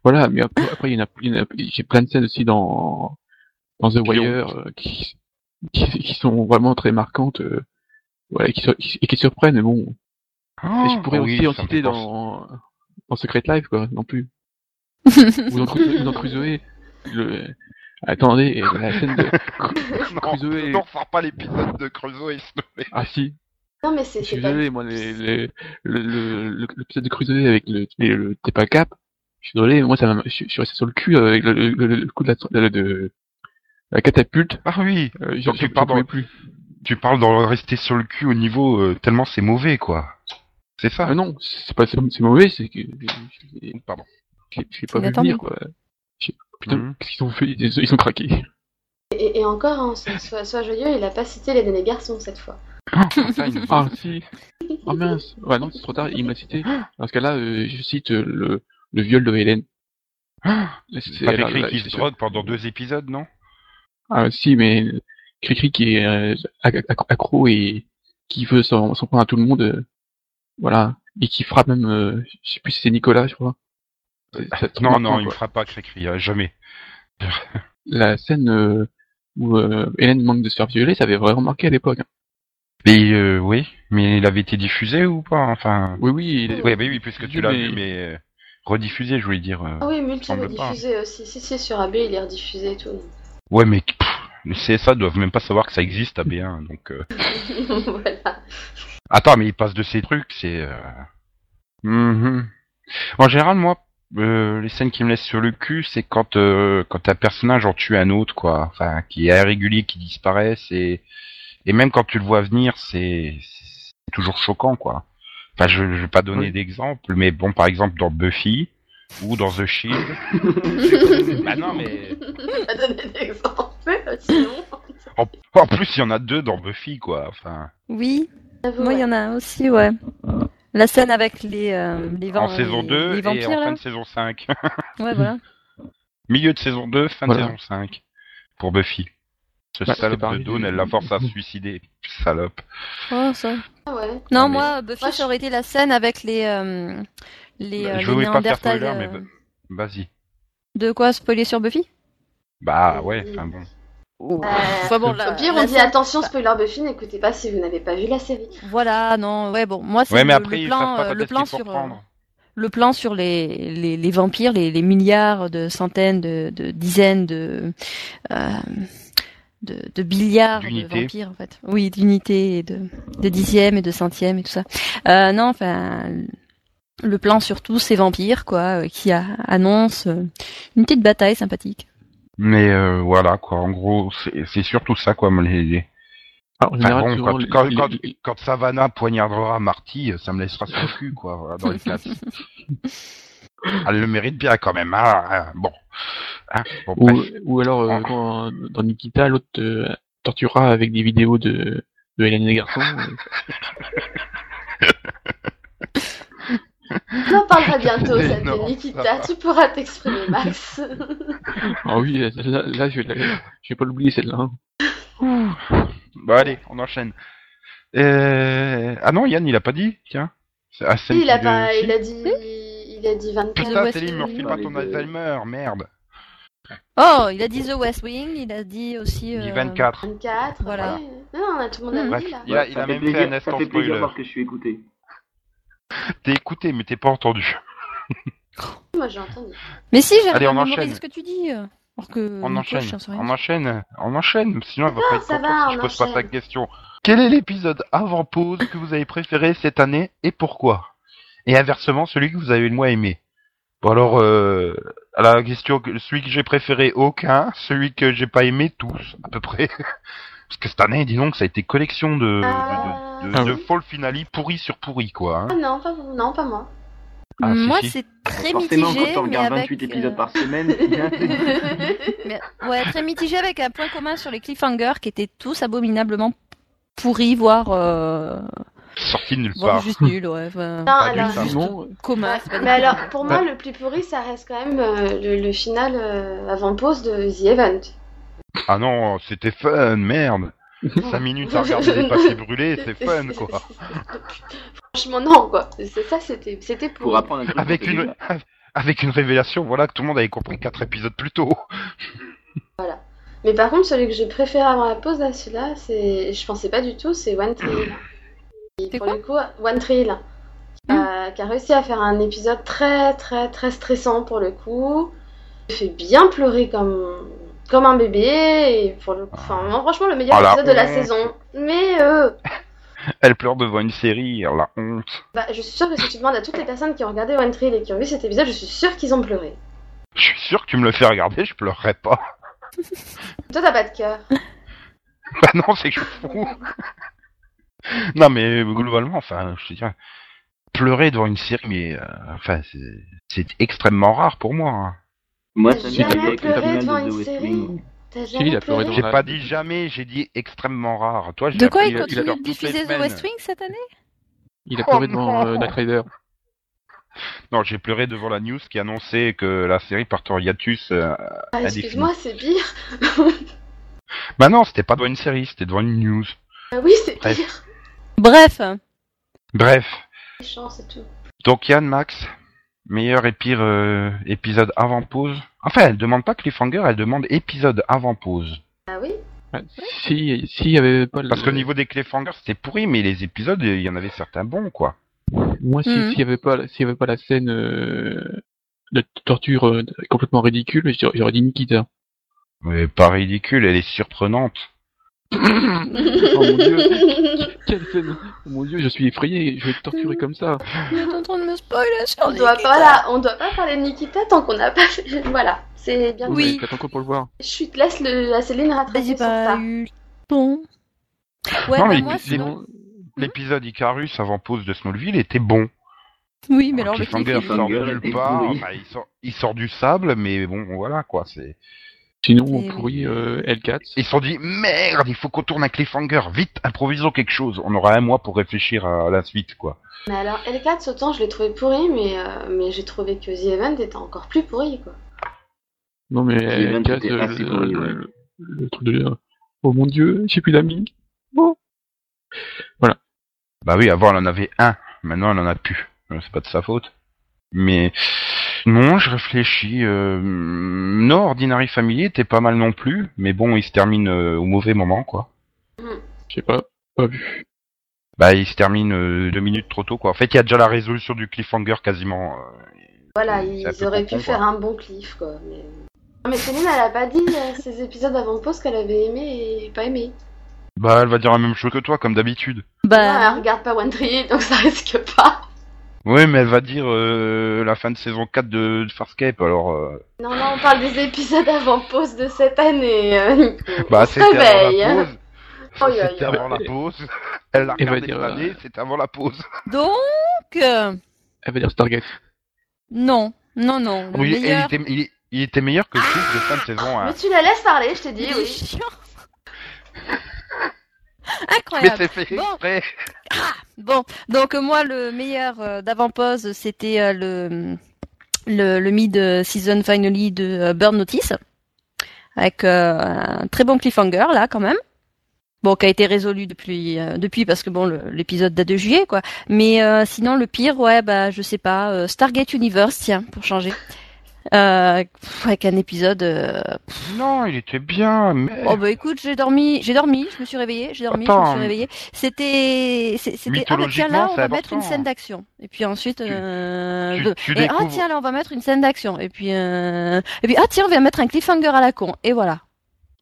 G: Voilà, mais après, après, il y en a, il y en a- j'ai plein de scènes aussi dans, dans The
F: Qui ont-
G: Wire euh, qui, qui, qui sont vraiment très marquantes euh, voilà, et, qui, sur- qui- et qui surprennent. Mais bon,
F: Ah.
G: Et je pourrais
F: Oh, oui,
G: aussi en
F: ça me
G: citer
F: fait penser.
G: dans, dans Secret Life, quoi, non plus. Ou dans, Cru- ou dans Crusoe. Le... Attendez, et la scène de
F: Non,
G: Crusoe.
F: non, sors pas l'épisode de Crusoe et Snow.
G: Ah si,
D: Non, mais c'est
G: je suis
D: c'est pas.
G: désolé, moi, les, les, le, le, le- l'épisode de Crusoe avec le, le, le T'es pas cap, je suis désolé, moi, ça m'a- je, suis- je suis resté sur le cul euh, avec le, le, le- le coup de la, de, la- de la catapulte.
F: Ah oui
G: Euh,
F: Donc tu parles
G: pouvais
F: dans-
G: plus.
F: Tu parles d'en rester sur le cul au niveau euh, tellement c'est mauvais, quoi. C'est ça
G: Ah non, c'est pas c'est c'est mauvais, c'est que j'ai
F: Pardon.
G: j'ai pas vu
E: inattendu.
G: venir quoi. J'ai- Putain,
F: Mhm.
G: qu'est-ce qu'ils ont fait ils, ils ont craqué.
D: Et, et encore, hein, so- sois, sois joyeux, il a pas cité les derniers garçons cette fois.
G: Ah si. Ah mince. Ouais non, c'est trop tard, il m'a cité. Dans ce cas-là, euh, je cite euh, le le viol de Hélène. C'est
F: T'as
G: là-
F: écrit
G: là,
F: qu'il
G: c'est
F: se
G: sûr.
F: drogue pendant deux épisodes, non
G: Ah si, mais Cricri qui est euh, acc- acc- accro et qui veut s'en s'en prendre à tout le monde, euh, voilà, et qui frappe même, euh, je sais plus si c'est Nicolas, je crois. C'est- c'est trop
F: Non,
G: marquant,
F: non, il
G: quoi.
F: me fera pas Cricri, euh, jamais.
G: la scène euh, où euh, Hélène manque de se faire violer, ça avait vraiment marqué à l'époque. hein.
F: Mais euh, oui, mais il avait été diffusé ou pas Enfin.
G: Oui, oui, il-
F: Oui, oui, oui, puisque tu l'as
G: Euh, Mais-
F: vu, mais euh, Rediffusé, je voulais dire. euh.
D: Ah oui, Multi
F: semble pas.
D: rediffusé aussi. Si, si, sur AB, il est rediffusé et tout.
F: Ouais, mais pff, les CSA doivent même pas savoir que ça existe à B1. Donc, euh.
D: voilà.
F: Attends, mais ils passent de ces trucs, c'est. euh, mhm. En général, moi, euh, les scènes qui me laissent sur le cul, c'est quand euh, quand un personnage en tue un autre, quoi. Enfin, qui est irrégulier, qui disparaît, c'est. Et même quand tu le vois venir, c'est c'est toujours choquant, quoi. Enfin, je, je vais pas donner d'exemple, mais bon, par exemple dans Buffy ou dans The Shield. bah non, mais
D: On va donner des exemples, sinon.
F: en, en plus, il y en a deux dans Buffy, quoi. Enfin,
E: Oui,
D: J'avoue,
E: moi il y en a un aussi, ouais. La scène avec les, euh, les,
F: en
E: vamp-
F: saison
E: les-
F: 2
E: les
F: et
E: vampires,
F: en
E: là.
F: fin de saison 5.
E: Ouais, voilà.
F: Milieu de saison 2, fin
G: Voilà.
F: de saison 5. Pour Buffy. Ce
G: Bah, c'est
F: salope de
G: pareil.
F: Dawn, elle la force à se suicider. Salope.
E: Oh, ça.
D: ouais. ouais.
E: Non,
F: Ah, mais-
E: moi, Buffy,
D: Moi, je-
E: ça aurait été la scène avec les, euh, les,
F: Bah,
E: euh,
F: je
E: les
F: voulais pas faire
E: Néandertals,
F: spoiler, mais
E: euh,
F: Vas-y.
E: De quoi spoiler sur Buffy Euh,
F: Bah ouais, enfin bon.
D: Euh,
E: Enfin bon, la-
D: Au pire,
F: Bah,
E: la
D: on dit
E: scène-
D: attention, spoiler Buffy, n'écoutez pas si vous n'avez pas vu la série.
E: Voilà, non, ouais, bon, moi c'est
F: Ouais, mais
E: le,
F: après,
E: le
F: ils
E: plan,
F: savent pas
E: euh,
F: quand
E: le
F: est-ce
E: plan
F: qu'il faut
E: sur, euh,
F: reprendre.
E: le plan sur les, les, les vampires, les, les milliards de centaines, de, de dizaines, de, euh, de, de milliards de
F: D'unités.
E: vampires, en fait. Oui, d'unités, et de, de dixièmes et de centièmes et tout ça. Euh, non, enfin, le plan sur tous ces vampires, quoi, euh, qui a- annonce euh, une petite bataille sympathique.
F: Mais euh, voilà, quoi. En gros, c'est c'est surtout ça, quoi. moi, les- les-
G: Alors, en
F: Enfin,
G: général,
F: bon,
G: souvent,
F: quand-
G: les-
F: quand-
G: les-
F: quand-
G: les-
F: Quand Savannah poignardera Marty, ça me laissera sur le cul, quoi. voilà, dans les places. Elle le mérite bien, quand même. hein, hein, Bon. Hein, bon,
G: Ou,
F: bref.
G: ou alors, euh,
F: Ah.
G: quand, euh, dans Nikita, l'autre te torturera avec des vidéos de, de Hélène et les garçons. euh.
D: On en parlera bientôt,
F: C'est
D: ça
F: énorme,
D: de
F: ça
D: Nikita.
F: va.
D: Tu pourras t'exprimer, Max.
G: Ah oui, là, là, je, vais la- je vais pas l'oublier celle-là. hein.
F: Bon, Bah, allez, on enchaîne. Euh, Ah non, Yann, il a pas dit, tiens. C'est- Ah, c'est
D: Oui, il a
F: le-
D: pas,
F: si.
D: il a dit, il a dit 24.
E: Le
F: Putain,
E: West
F: Céline, il me refile pas
B: Wing.
F: ton Alzheimer, merde.
E: Oh, il a dit The West Wing, il a dit aussi...
F: Il dit
E: euh,
F: 24.
D: 24.
E: Voilà.
D: ouais. Non, on a tout le monde a
F: Bref,
D: dit là.
F: il a, il
B: Ça
F: a
B: fait
F: même fait
B: plaisir-
F: un
B: Ça
F: instant
B: fait plaisir
F: spoiler.
B: parce que je suis écouté.
F: T'es écouté, mais t'es pas entendu.
D: Moi, j'ai entendu.
F: Ah.
E: Mais si, j'arrive
F: Allez,
E: à
F: on
E: mémoriser
F: enchaîne.
E: ce que tu dis. euh, Alors que
F: On
E: Nico,
F: enchaîne,
E: je sais rien.
F: on enchaîne, on enchaîne, sinon elle va pas être
D: Ah, ça
F: contente
D: va,
F: si je
D: on
F: pose pas ta
D: enchaîne.
F: question. Quel est l'épisode avant pause que vous avez préféré cette année et pourquoi Et inversement, celui que vous avez le moins aimé Bon alors, euh, à la question, que- celui que j'ai préféré, aucun, celui que j'ai pas aimé, tous, à peu près. Parce que cette année, disons que ça a été collection de,
D: Ah.
F: de, de,
G: Ah
F: de
G: oui.
F: fall finale pourri sur pourri, quoi. hein.
D: Ah non, pas vous, non, pas moi.
F: Ah, si,
E: Moi,
F: si.
E: c'est très
B: Forcément,
E: mitigé.
B: quand on
E: mais
B: regarde
E: avec,
B: 28
E: euh,
B: épisodes par semaine,
F: hein.
E: mais- ouais, très mitigé avec un point commun sur les cliffhangers qui étaient tous abominablement pourris, voire, euh,
F: Sorti de nulle
E: voire
F: part.
E: juste nuls. Ouais, enfin,
D: Non,
F: Pas du
D: alors,
F: tout. Bah.
G: Sinon, euh,
E: commun. c'est pas
D: Mais
E: du-
D: alors, pour moi, le plus pourri, ça reste quand même euh, le, le final euh, avant pause de The Event.
F: Ah non, c'était fun, merde. 5 minutes à regarder des papiers brûlés, c'est fun, quoi.
D: Franchement, non, quoi. C'est ça, c'était, c'était
B: pour
D: pourri.
B: apprendre un truc.
F: Avec
B: on fait
F: une,
B: déjà.
F: avec une révélation, voilà, que tout le monde avait compris quatre épisodes plus tôt.
D: Mais par contre, celui que j'ai préféré avant la pause, là, celui-là, c'est, je pensais pas du tout, c'est One Tree Hill.
B: Mmh.
D: Et
E: C'est
D: pour le coup, One Tree Hill, euh, qui a réussi à faire un épisode très, très, très stressant pour le coup. Il fait bien pleurer comme, comme un bébé. Et pour le coup,
B: Ah.
D: enfin, non, franchement, le meilleur
F: Oh, la
D: épisode de la
F: honte.
D: saison. Mais euh,
F: Elle pleure devant une série, elle a honte.
D: bah, je suis sûre que si tu demandes à toutes les personnes qui ont regardé One Tree Hill et qui ont vu cet épisode, je suis sûre qu'ils ont pleuré.
F: Je suis sûr que tu me le fais regarder, je pleurerai pas.
D: Toi, t'as pas de cœur.
F: Bah non, c'est que je suis fou. Non, mais globalement, enfin, je te dirais, pleurer devant une série, mais, euh, enfin, c'est- c'est extrêmement rare pour moi. hein.
B: Moi,
D: J'ai
B: ça
D: jamais
B: m'est arrivé avec le
D: pleuré
B: terminal
D: devant
B: de
D: une
B: The West
D: série.
B: Wing.
D: T'as
G: Si,
D: jamais
G: il a pleuré
D: pleuré
G: dans
F: J'ai
G: Ouais.
F: pas dit jamais, j'ai dit extrêmement rare. Toi, j'ai
E: De quoi
F: appris,
E: il
F: euh,
E: continue
F: pleure
E: de
F: toutes les
E: diffuser The
F: semaines.
E: West Wing cette année
G: il a
F: Oh
G: pleuré devant
F: non.
G: euh, Knight Rider.
F: Non, j'ai pleuré devant la news qui annonçait que la série par Toriatus. euh,
D: Ah,
F: à
D: excuse-moi, c'est pire.
F: Bah non, c'était pas devant une série, c'était devant une news.
D: Ah oui, c'est
F: Bref.
D: pire.
E: Bref,
F: Bref.
D: Méchant, c'est tout.
F: Donc Yann, Max, meilleur et pire euh, épisode avant pause. Enfin, elle demande pas cliffhanger, elle demande épisode avant pause.
D: Ah oui
G: Ouais, Si, s'il y avait pas le-
F: Parce qu'au niveau des cliffhangers, c'était pourri, mais les épisodes, il y en avait certains bons, quoi.
G: Moi, si-
F: Hmm.
E: Mhm.
G: s'il y avait pas, s'il y avait pas la scène euh, de torture euh, complètement ridicule, mais j'aurais j'aurais dit Nikita.
F: Mais pas ridicule, elle est surprenante.
G: Oh mon dieu, quelle scène Oh mon dieu, je suis effrayé, je vais être
F: Hmm.
G: torturé comme ça.
E: Vous êtes en train de me spoiler sur
D: On doit
E: Nikita.
D: pas la- on doit pas parler de Nikita tant qu'on n'a pas. voilà, c'est bien.
E: Oui.
G: J'attends encore pour le voir.
D: Chut, laisse le, la Céline rattraper
E: Vas-y,
D: sur
E: bah,
D: ça.
E: eu bon. Ouais,
F: Non,
E: bah,
F: mais
E: moi,
F: les-
E: sinon...
F: L'épisode Icarus avant-pause de Smallville était bon.
E: Oui, mais alors le
F: cliffhanger
E: cliffhanger-
F: sort
B: cliffhanger
F: de
B: était
F: nulle part,
B: pourri.
F: bah, il, sort, il sort du sable, mais bon, voilà quoi. C'est...
G: Sinon,
E: Et
G: on pourrit euh, L4.
F: Ils se sont dit merde, il faut qu'on tourne un cliffhanger, vite, improvisons quelque chose. On aura un mois pour réfléchir à la suite, quoi.
D: Mais alors, L4, autant je l'ai trouvé pourri, mais, euh, mais j'ai trouvé que The Event était encore plus pourri, quoi.
G: Non mais
B: Les
G: euh,
B: vannes
G: Kat,
B: étaient
G: euh,
B: assez
G: le,
B: pourries,
G: le-
B: ouais.
G: le- le truc de euh, oh mon dieu, j'ai plus d'amis. Oh.
F: Bah oui, avant elle en avait un, maintenant elle en a plus. Euh, C'est pas de sa faute. Mais non, je réfléchis. euh, Non, Ordinary Family était pas mal non plus, mais bon, il se termine euh, au mauvais moment, quoi.
G: Je sais pas, pas vu.
F: Bah, il se termine euh, deux minutes trop tôt, quoi. En fait, il y a déjà la résolution du cliffhanger quasiment. euh,
D: Voilà,
F: C'est un
D: ils
F: peu
D: auraient
F: con,
D: pu
F: quoi.
D: faire un bon cliff, quoi. Mais, Non, mais Céline, elle a pas dit euh, ses épisodes avant pause qu'elle avait aimé et pas aimé.
F: Bah, elle va dire la même chose que toi, comme d'habitude.
D: Ouais,
E: Bah,
D: elle regarde pas One Tree, donc ça risque pas.
F: Oui, mais elle va dire euh, la fin de saison 4 de, de Farscape, alors... euh,
D: Non, là, on parle des épisodes avant pause de cette année. euh, on
F: Bah,
D: se
F: c'était avant
D: réveille.
F: la
D: hein.
F: pause.
D: Aïe, aïe,
F: C'était
D: aïe.
F: avant la pause. Elle l'a
G: Et va
F: regardé
G: dire,
F: cette année,
G: euh,
F: c'était avant la pause.
E: donc... euh,
G: Elle va dire Stargate.
E: Non, non, non. Le
F: Oui, et il
E: meilleur... Ah,
F: était, il, il était meilleur que le truc de fin de saison 1.
D: Mais tu la laisses parler, je t'ai dit,
E: il est
D: oui.
E: chiant.
F: Mais
E: Incroyable.
F: c'est fait
E: Bon.
F: exprès.
E: Bon, donc euh, moi le meilleur euh, d'avant-pause c'était euh, le, le le mid season finally de euh, Burn Notice avec euh, un très bon cliffhanger là quand même. Bon, qui a été résolu depuis euh, depuis parce que bon le- l'épisode date de juillet quoi. Mais euh, sinon le pire ouais bah je sais pas euh, Stargate Universe tiens pour changer. Euh, pff, avec un épisode euh,
F: Non, il était bien, mais...
E: Oh bah écoute, j'ai dormi, j'ai dormi, je me suis réveillée, j'ai dormi, je me
F: Attends.
E: suis réveillée. C'était, c'est- c'était ah bah tiens là,
F: Mythologiquement,
E: on
F: c'est
E: va mettre
F: important.
E: une
F: hein.
E: scène d'action. Et puis ensuite, euh,
F: tu-
E: de-
F: tu
E: et ah
F: découvres-
E: tiens là, on va mettre une scène d'action. Et puis, euh, et puis ah tiens, on vient mettre un cliffhanger à la con. Et voilà.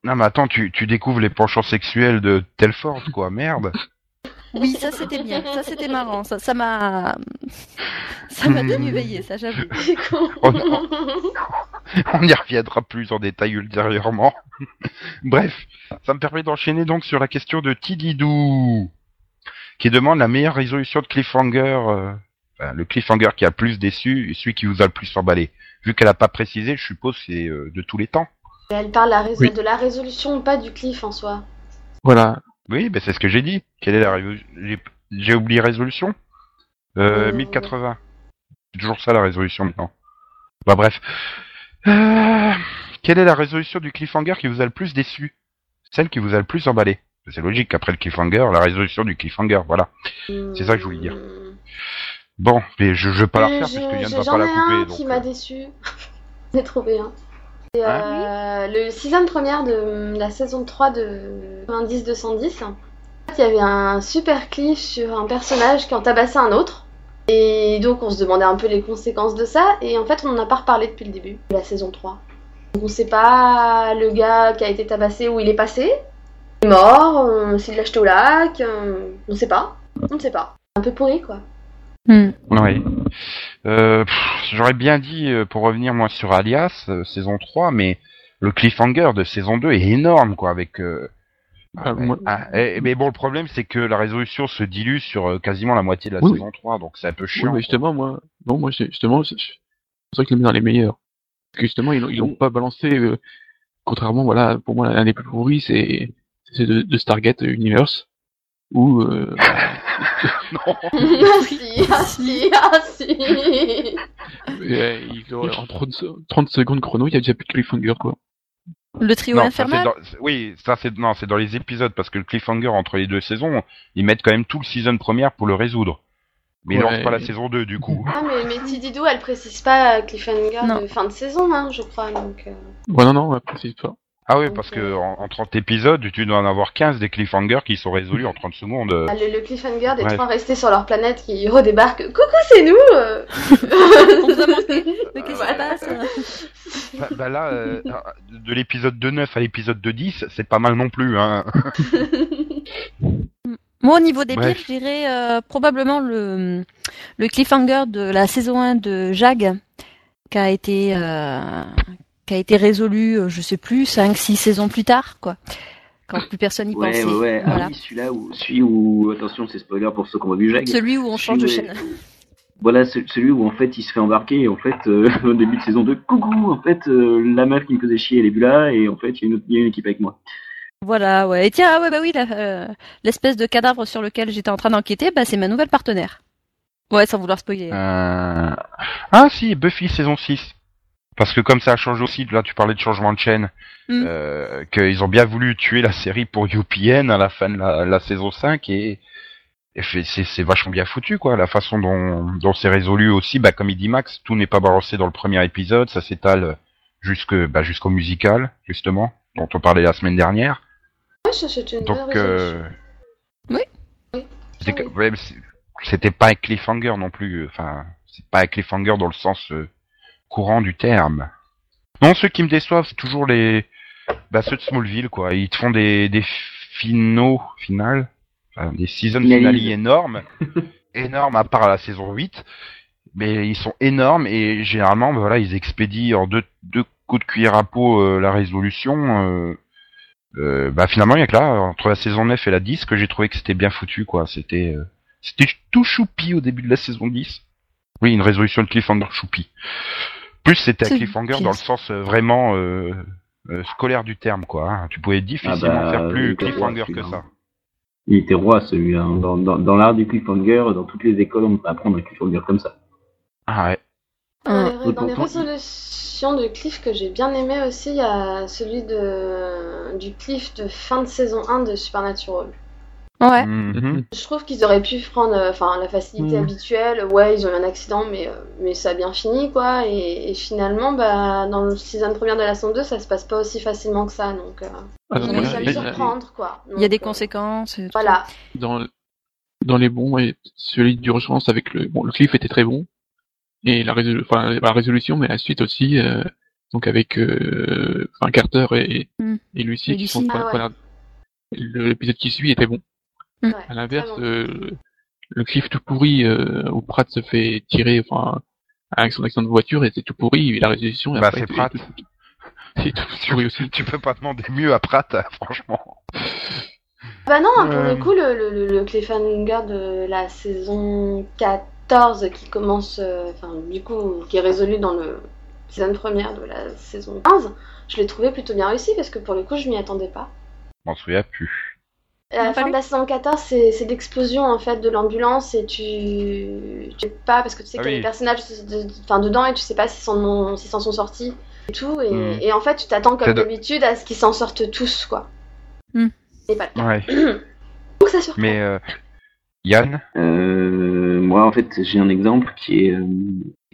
F: Non, mais attends, tu, tu découvres les penchants sexuels de Telford, quoi, merde.
E: Oui, ça c'était bien, ça c'était marrant, ça, ça m'a, ça m'a bien
F: Hmm.
E: éveillée, ça j'avoue.
D: C'est con.
F: Oh non. On y reviendra plus en détail ultérieurement. Bref, ça me permet d'enchaîner donc sur la question de Tididou, qui demande la meilleure résolution de cliffhanger, euh, enfin, le cliffhanger qui a le plus déçu et celui qui vous a le plus emballé. Vu qu'elle a pas précisé, je suppose c'est euh, de tous les temps.
D: Mais Elle parle la rés-
G: Oui.
D: de la résolution, pas du cliff en soi.
G: Voilà.
F: Oui, ben c'est ce que j'ai dit. Quelle est la résolution J'ai- J'ai oublié résolution euh,
D: Euh,
F: 1080. C'est toujours ça la résolution maintenant. Bah bref. Euh, quelle est la résolution du cliffhanger qui vous a le plus déçu Celle qui vous a le plus emballé C'est logique, après le cliffhanger, la résolution du cliffhanger, voilà. C'est ça que je voulais dire.
D: Hmm.
F: Bon, mais je, je veux pas la
D: Euh,
F: refaire
D: j'ai-
F: puisque Yann
D: j'ai-
F: va
D: J'en
F: pas la
D: ai
F: couper.
D: un
F: donc,
D: qui
F: euh, Ah
D: m'a déçu. J'ai trouvé un. C'est, euh, le season première de la saison 3 de 90-210. En fait, il y avait un super cliff sur un personnage qui en tabassait un autre. Et donc, on se demandait un peu les conséquences de ça. Et en fait, on n'en a pas reparlé depuis le début de la saison 3. Donc, on sait pas le gars qui a été tabassé où il est passé. Il est mort, euh, s'il l'a jeté au lac. euh, on sait pas. On ne sait pas. Un peu pourri, quoi.
F: Ouais. Euh, pff, J'aurais bien dit, euh, pour revenir moi sur Alias, euh, saison 3, mais le cliffhanger de saison 2 est énorme, quoi, avec... euh,
G: Ah, moi-
F: ah, eh, mais bon, le problème, c'est que la résolution se dilue sur euh, quasiment la moitié de la
G: Oui,
F: saison 3, donc c'est un peu
G: Oui,
F: chiant.
G: mais justement, moi, non, moi, j'ai- justement, c'est c'est pour ça que je le mets dans les meilleurs. Parce que justement, ils l'ont- ils l'ont pas balancé. euh, contrairement, voilà, pour moi, l'un des plus pourris, c'est c'est de, de Stargate Universe, où euh,
F: Non.
D: Ah si, ah si, ah si
G: euh, ils ont- en 30, se- 30 secondes chrono, il y a déjà plus de cliffhanger, quoi.
E: Le trio
F: Non, ça, c'est
E: infernal.
F: dans, c'est- oui, ça c'est non, c'est dans les épisodes parce que le cliffhanger entre les deux saisons, ils mettent quand même tout le season première pour le résoudre. Mais ils
G: Ouais.
F: lancent pas la saison 2 du coup.
D: Ah mais, mais Tididou, elle précise pas cliffhanger
E: Non.
D: de fin de saison, hein, je crois, donc... euh.
G: Ouais, non, non, ouais, précise pas.
F: Ah oui,
D: Donc,
F: parce que
D: euh,
F: en, en 30 épisodes, tu dois en avoir 15 des cliffhangers qui sont résolus en 30 secondes. euh,
D: Ah, Le, le cliffhanger des
F: Ouais.
D: trois restés sur leur planète qui redébarquent. Coucou, c'est nous euh.
E: On vous a manqué. Mais qu'est-ce qui se
D: Voilà.
E: passe hein
F: Bah, bah là, euh, de l'épisode de 9 à l'épisode de 10, c'est pas mal non plus. Hein.
E: Moi, au niveau des
F: Bref.
E: pires, je dirais euh, probablement le, le cliffhanger de la saison 1 de Jag, qui a été, euh, qui a été résolu, euh, je sais plus, 5-6 saisons plus tard, quoi. Quand plus personne n'y
B: Ouais, ouais,
E: pensait.
B: ouais.
E: Voilà.
B: Ah oui, celui-là où, celui où, attention, c'est spoiler pour ceux qui ont vu Jack.
E: Celui où on change de chaîne.
B: Voilà, ce- celui où en fait il se fait embarquer, et en fait, euh, au début de saison 2, coucou, en fait, euh, la meuf qui me faisait chier, elle est plus là, et en fait, il y, a une autre- il y a une équipe avec moi.
E: Voilà, ouais. Et tiens, ah ouais, bah oui, la- euh, l'espèce de cadavre sur lequel j'étais en train d'enquêter, bah, c'est ma nouvelle partenaire. Ouais, sans vouloir spoiler.
F: Euh, Ah si, Buffy saison 6. Parce que comme ça a changé aussi, là tu parlais de changement de chaîne,
E: Mm.
F: euh, qu'ils ont bien voulu tuer la série pour UPN à la fin de la, la saison 5 et, et fait- c'est c'est vachement bien foutu quoi, la façon dont, dont c'est résolu aussi, bah, comme il dit Max, tout n'est pas balancé dans le premier épisode, ça s'étale jusque bah, jusqu'au musical justement, dont on parlait la semaine dernière.
D: Ouais, je- je- je- une bonne
F: Donc euh,
D: résolution. Ah
F: c'était que- ouais, mais c'est- c'était pas un cliffhanger non plus. euh, Enfin, c'est pas un cliffhanger dans le sens euh, courant du terme. Non, ceux qui me déçoivent, c'est toujours les, bah, ceux de Smallville, quoi. Ils te font des, des finaux, finales, enfin, des season
B: Finalise.
F: finales énormes, énormes à part la saison 8. Mais ils sont énormes et généralement, bah, voilà, ils expédient en deux, deux coups de cuillère à peau euh, la résolution. euh, euh, bah finalement il y a que là entre la saison 9 et la 10 que j'ai trouvé que c'était bien foutu quoi c'était euh, c'était tout choupi au début de la saison 10 oui une résolution de cliffhanger choupi plus c'était un
E: C'est
F: cliffhanger
E: bien.
F: dans le sens euh, vraiment euh, euh, scolaire du terme quoi hein. tu pouvais difficilement
B: Ah bah,
F: faire plus
B: oui,
F: cliffhanger
B: oui,
F: que
B: oui.
F: ça
B: Il était roi celui-là, hein. dans, dans, dans l'art du cliffhanger, dans toutes les écoles, on peut apprendre un cliffhanger comme ça.
F: ah ouais
E: Hein.
D: Euh, Dans les, dans les
B: Pourtant, il-
D: résolutions de Cliff que j'ai bien aimé aussi, il y a celui de, du Cliff de fin de saison 1 de Supernatural.
E: Ouais.
F: Mhm.
D: Je trouve qu'ils auraient pu prendre euh, enfin, la facilité
G: Mm.
D: habituelle. Ouais, ils ont eu un accident, mais, euh, mais ça a bien fini, quoi. Et, et finalement, bah, dans le season première de la saison 2, ça se passe pas aussi facilement que ça. Donc, euh,
G: Ah,
D: ils
G: dans,
D: ont
E: mais
D: réussi à me
E: mais-
D: surprendre, quoi.
E: Il y a
D: Donc,
E: des
D: euh,
E: conséquences. et tout.
D: Voilà.
G: euh, dans, dans les bons, ouais, celui d'urgence avec le. Bon, le cliff était très bon. Et la, résolu- enfin, la résolution, mais la suite aussi. euh, donc avec euh, enfin, Carter et,
E: Mm.
G: et Lucie
E: Et
G: qui
E: Lucie.
G: sont.
D: Ah ouais.
G: voilà. Le- L'épisode qui suit était bon.
E: Mm.
D: Ouais,
G: À l'inverse,
D: vraiment.
G: euh, le cliff tout pourri euh, où Pratt se fait tirer enfin, avec son accident de voiture et c'est tout pourri. Et la résolution,
F: Bah,
G: après,
F: c'est
G: tout-
F: Pratt.
G: tout- tout- C'est tout pourri aussi.
F: tu peux pas demander mieux à Pratt hein, franchement
D: Bah non, pour
F: Ouais.
D: le coup, le, le, le- le cliffhanger de la saison 14 qui commence, euh, enfin du coup, qui est résolu dans le saison première de la saison 15, je l'ai trouvé plutôt bien réussi parce que pour le coup, je m'y attendais pas.
F: je m'en souviens plus
D: À
E: Non,
D: la
E: pas
D: fin
E: lui.
D: de la saison 14, c'est c'est l'explosion en fait de l'ambulance et tu tu sais pas parce que tu sais
F: Ah
D: qu'il y a
F: oui.
D: des personnages de- de- enfin, dedans et tu sais pas s'ils s'en ont- s'ils s'en sont sortis et tout et,
F: Hmm.
D: et en fait tu t'attends
F: C'est
D: comme
F: de-
D: d'habitude à ce qu'ils s'en sortent tous quoi.
E: Hmm.
D: C'est pas le cas.
F: ouais
D: Donc ça surprend.
F: mais euh, Yann
B: Euh, moi, en fait, j'ai un exemple qui est. euh,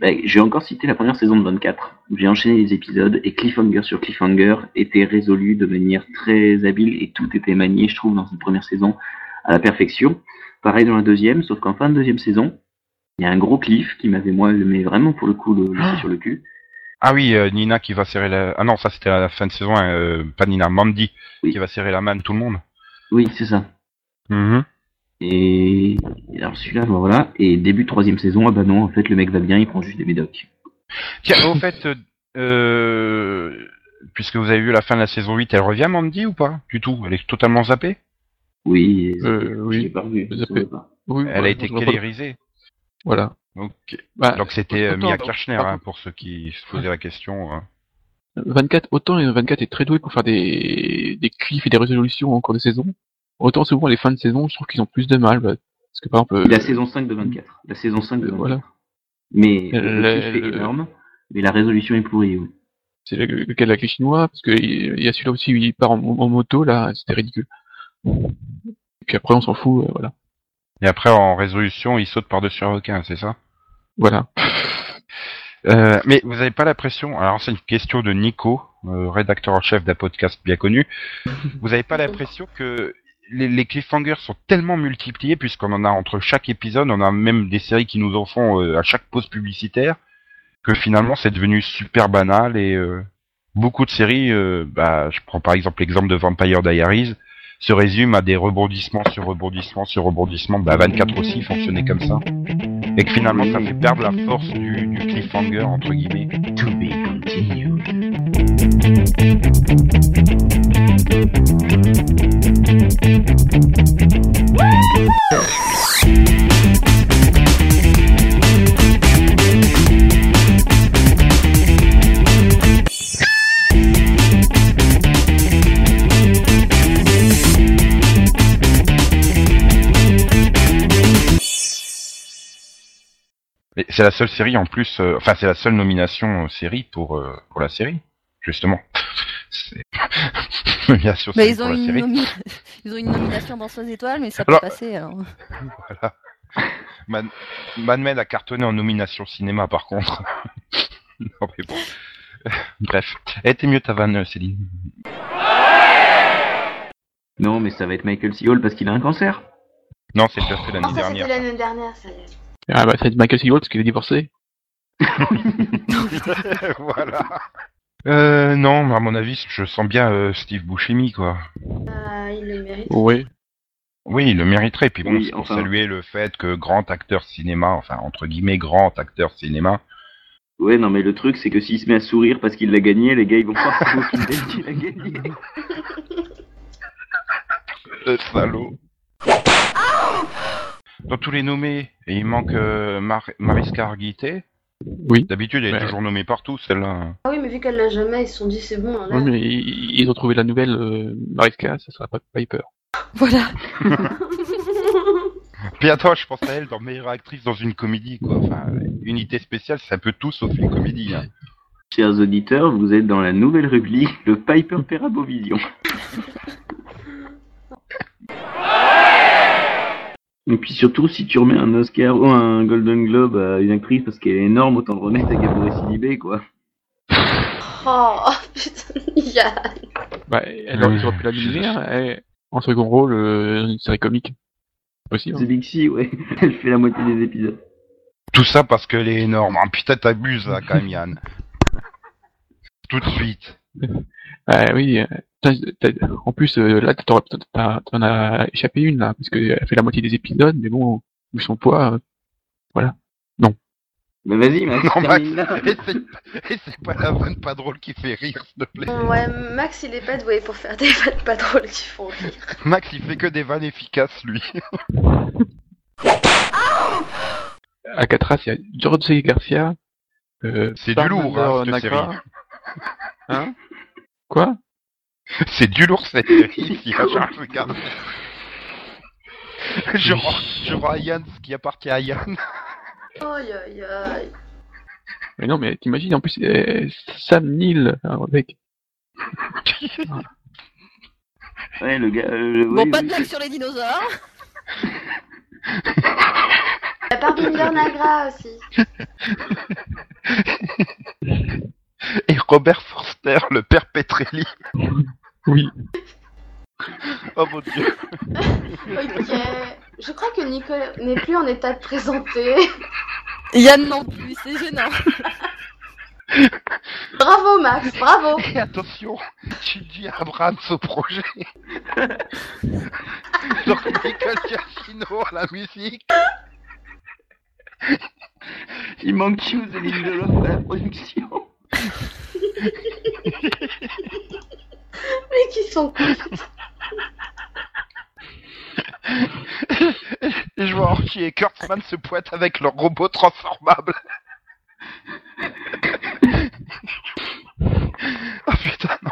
B: bah, j'ai encore cité la première saison de 24. J'ai enchaîné les épisodes et cliffhanger sur cliffhanger était résolu de manière très habile et tout était manié, je trouve, dans cette première saison à la perfection. Pareil dans la deuxième, sauf qu'en fin de deuxième saison, il y a un gros cliff qui m'avait, moi, mais vraiment pour le coup, le, le pied sur le cul.
F: ah oui euh, Nina qui va serrer la ah non ça c'était à la fin de saison hein, euh, pas Nina Mandy
B: Oui.
F: qui va serrer la main de tout le monde
B: Oui, c'est ça.
F: Mhm.
B: Et et alors celui-là, bon, voilà. Et début de troisième saison, ah bah non, en fait, le mec va bien, il prend juste des médocs.
F: Tiens, au fait, euh, euh, puisque vous avez vu la fin de la saison 8, elle revient Mandy ou pas Du tout, elle est totalement zappée
B: Oui,
G: Euh,
B: je l'ai
G: oui,
B: pas revu.
G: ça
B: ça
G: fait-
B: va pas.
G: oui,
F: Elle
G: bah,
F: a été
G: je vois pas-
F: calorisée.
G: Voilà.
F: Donc
G: Bah,
F: donc c'était euh,
G: autant-
F: Mia Kirchner,
G: par
F: hein, pour ceux qui se posaient la question. hein.
G: 24, autant euh, 24 est très doué pour faire des, des cliffs et des résolutions en cours de saison, autant souvent les fins de saison, je trouve qu'ils ont plus de mal. bah, Parce que par exemple, euh,
B: La saison 5 de 24. La saison 5 de
G: euh,
B: 24.
G: voilà.
B: Mais
G: Euh,
B: le
G: le-
B: kiff est
G: le-
B: énorme, mais la résolution est pourrie. oui.
G: c'est le, le cas de la clé chinois, parce que il il y a celui-là aussi où il part en, en moto, là, c'était ridicule. Et puis après, on s'en fout, euh, voilà.
F: Et après, en résolution, il saute par-dessus un requin, c'est ça
G: Voilà.
F: Euh, mais vous n'avez pas la pression, alors c'est une question de Nico, euh, rédacteur en chef d'un podcast bien connu, vous n'avez pas la pression que les, les cliffhangers sont tellement multipliés, puisqu'on en a entre chaque épisode, on a même des séries qui nous en font euh, à chaque pause publicitaire, que finalement c'est devenu super banal et euh, beaucoup de séries, euh, bah, je prends par exemple l'exemple de Vampire Diaries, se résument à des rebondissements sur rebondissements sur rebondissements, bah 24 aussi fonctionnait comme ça, et que finalement ça fait perdre la force du, du cliffhanger entre guillemets.
A: To be continued.
F: Mais c'est la seule série en plus, euh, enfin c'est la seule nomination euh, série pour euh, pour la série, justement. C'est- nomination
E: Mais
F: série
E: Bah, ils
F: pour
E: ont,
F: la
E: une
F: série.
E: nomi- ils ont une nomination dans 3 étoiles, mais ça peut
F: Alors-
E: passer. hein. alors.
F: Voilà. Mad, Mad Men a cartonné en nomination cinéma par contre. non mais bon. Bref. Eh t'es mieux ta vanne, euh, Céline.
B: Non, mais ça va être Michael C. Hall parce qu'il a un cancer.
F: Non, c'est déjà fait
D: Oh,
F: l'année
D: ça c'était
F: dernière.
D: l'année dernière, ça y est.
G: Ah bah, ça va être Michael C. Hall parce qu'il est divorcé.
F: voilà. Euh, non, mais à mon avis, je sens bien euh, Steve Buscemi, quoi.
D: Euh, il le mérite.
G: Oui.
F: Oui, il le mériterait. Puis bon,
B: Oui,
F: c'est pour
B: enfin.
F: saluer le fait que grand acteur cinéma, enfin, entre guillemets, grand acteur cinéma,
B: Ouais, non, mais le truc, c'est que s'il se met à sourire parce qu'il l'a gagné, les gars, ils vont croire que c'est au final qu'il a gagné. Euh,
F: Le salaud. Dans tous les nommés, et il manque euh, Mar- Mariska Hargitay.
G: Oui.
F: D'habitude, elle est
G: Ouais.
F: toujours nommée partout, celle-là.
D: Ah oui, mais vu qu'elle l'a jamais, ils se sont dit c'est bon, hein, là.
G: Oui, mais ils ils ont trouvé la nouvelle euh, Mariska, ça sera pas Piper.
E: Voilà.
F: Puis attends, je pense à elle dans meilleure actrice dans une comédie, quoi. Enfin, unité spéciale, ça peut tout sauf une comédie. hein.
B: Chers auditeurs, vous êtes dans la nouvelle rubrique, le Piper Perabovision. Et puis surtout, si tu remets un Oscar ou un Golden Globe à une actrice parce qu'elle est énorme, autant le remettre à Gabriel Sidibé, quoi.
D: oh, putain, Yann.
G: Bah, alors, ils auraient pu la
F: je suis
G: lumière en second rôle euh, dans une série comique. C'est
E: Hein.
G: possible. hein.
B: C'est Bixi, ouais. Elle fait la moitié des épisodes.
F: Tout ça parce qu'elle est énorme. Ah, putain, t'abuses, là, quand même, Yann. tout de suite.
G: Ah oui. euh, putain, t'as- en plus, euh, là, t'aurais- t'en t'as- t'en as échappé une, là, parce qu'elle fait la moitié des épisodes, mais bon, vu son poids, euh,
B: Bah vas-y, Max,
F: Non, Max,
B: termine là.
F: et c'est- et c'est pas la vanne pas drôle qui fait rire, s'il te plaît.
D: Bon, Ouais, Max, il est pas doué pour faire des vannes pas drôles qui font rire.
F: Max, il fait que des vannes efficaces, lui.
G: à Catras, il y a George C. Garcia. euh,
F: C'est du lourd, hein,
G: Parmander
F: cette
G: Nagra.
F: série.
G: Hein Quoi
F: C'est du lourd cette série, si hein, Charles regarde. Je rends, je rends à Yann ce qui appartient à Yann.
D: Aïe, aïe, aïe.
G: Mais non, mais t'imagines, en plus, euh, Sam Neill, hein, alors, mec.
B: Ouais, le gars. euh,
E: Bon,
B: oui,
E: pas
B: oui.
E: de blague sur les dinosaures.
D: La part d'une Nagra aussi.
F: Et Robert Forster, le père Petrelli.
G: Oui.
F: Oh mon dieu.
D: Ok. Je crois que Nicolas n'est plus en état de présenter.
E: Yann non plus, c'est gênant.
D: Bravo, Max, bravo.
F: Et attention, Gigi Abrams au projet. Donc Michael Giacchino à la musique.
B: Il manque Hughes et Lindelof à la production.
D: Mais qui sont cons.
F: Les joueurs Orchie et Kurtzman se pointent avec leur robot transformable. oh putain, non.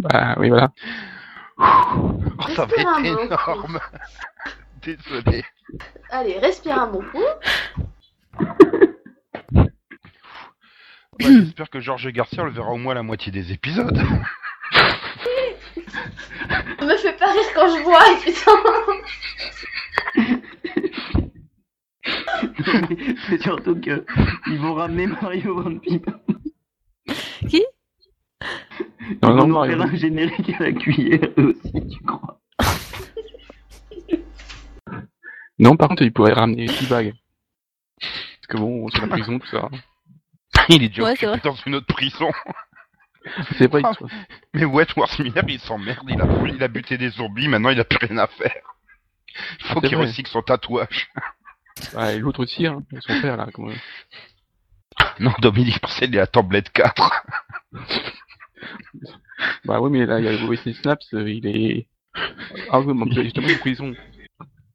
G: Bah oui, voilà.
F: Oh, ça va
D: Respire un
F: être
D: moment.
F: énorme. Désolé.
D: Allez, respire un bon coup.
F: Ouais, Bah, J'espère que Georges Garcia on le verra au moins la moitié des épisodes.
D: Me fais pas rire quand je bois, putain.
B: mais c'est surtout que ils vont ramener Mario Van Peep.
E: Qui
B: Ils
G: Non,
B: vont
G: non,
B: nous
G: Mario.
B: faire un générique à la cuillère eux aussi, tu crois
G: Non, par contre, il pourrait ramener les bagues. Parce que bon, c'est la prison, tout ça.
F: Il est déjà
E: Ouais, c'est
F: occupé
E: vrai.
F: dans une autre prison.
G: C'est vrai, il-
F: Mais Wentworth Miller, il s'emmerde, il a, il a buté des zombies, maintenant il a plus rien à faire. Il faut
G: C'est
F: qu'il
G: vrai.
F: recycle son tatouage.
G: ouais, et l'autre aussi, hein, son frère, là. comment-
F: Non, Dominique Parcel, il est à tablette 4.
G: Bah oui, mais là, il y a Wesley Snaps, euh, il est... Ah oui, mais en plus, justement, il est en prison.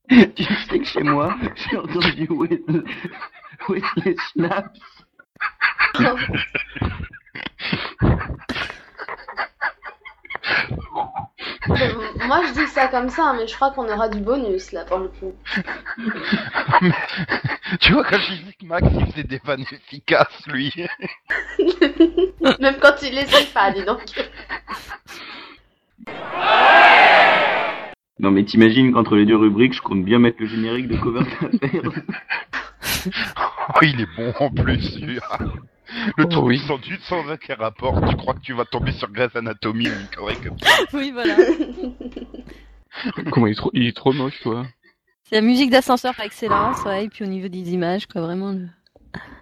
B: Tu sais que chez moi, j'ai entendu Wes- Wesley Snaps.
D: Bon, Euh, Moi je dis ça comme ça, hein, mais je crois qu'on aura du bonus là pour le coup.
F: Tu vois, quand j'ai dit que Max, il faisait des vannes efficaces, lui.
D: Même quand il essaye pas, dis donc.
B: Non mais t'imagines qu'entre les deux rubriques, je compte bien mettre le générique de cover d'affaires.
F: Oh, il est bon en plus. lui. Le
G: Oh,
F: truc
G: oui.
F: sans doute sans aucun rapport. Tu crois que tu vas tomber sur Grey's Anatomy, lui, correct
E: Oui, voilà.
G: Comment il est trop, il est trop moche, quoi.
E: C'est la musique d'ascenseur par excellence, ouais, et puis au niveau des images, quoi, vraiment. Le...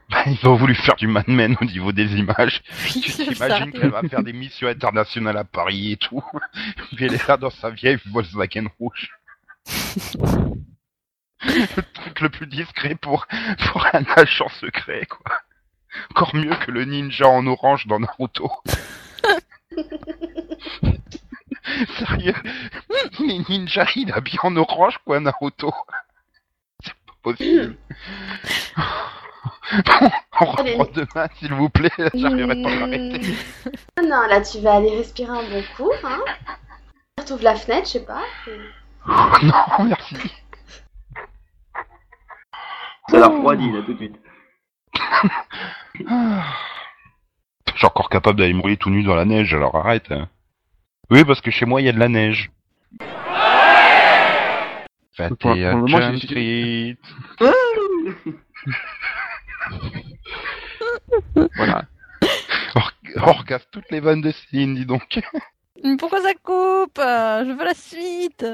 F: Bah, Ils ont voulu faire du Mad Men au niveau des images.
E: Oui,
F: Tu
E: c'est
F: t'imagines
E: ça.
F: qu'elle va faire des missions internationales à Paris et tout. Puis elle est là dans sa vieille Volkswagen rouge. le truc le plus discret pour, pour un agent secret, quoi. Encore mieux que le ninja en orange dans Naruto. Sérieux Les ninjas, il habille en orange, quoi, Naruto C'est pas possible. Bon, on reprend demain, s'il vous plaît. J'arriverai pas à m'arrêter.
D: Ah Hmm. non, là tu vas aller respirer un bon coup, hein. Retrouve la fenêtre, je sais pas.
F: Non, merci.
B: Ça l'a refroidi là tout de suite.
F: Ah. Je suis encore capable d'aller me rouler tout nu dans la neige, alors arrête. hein. Oui, parce que chez moi, il y a de la neige. Va
G: Pour- pour
F: t'es
G: le
F: à
G: moment,
F: Jump Street.
G: j'ai- Voilà.
F: On regarde toutes les vannes de Céline, dis donc.
E: Pourquoi ça coupe Je veux la suite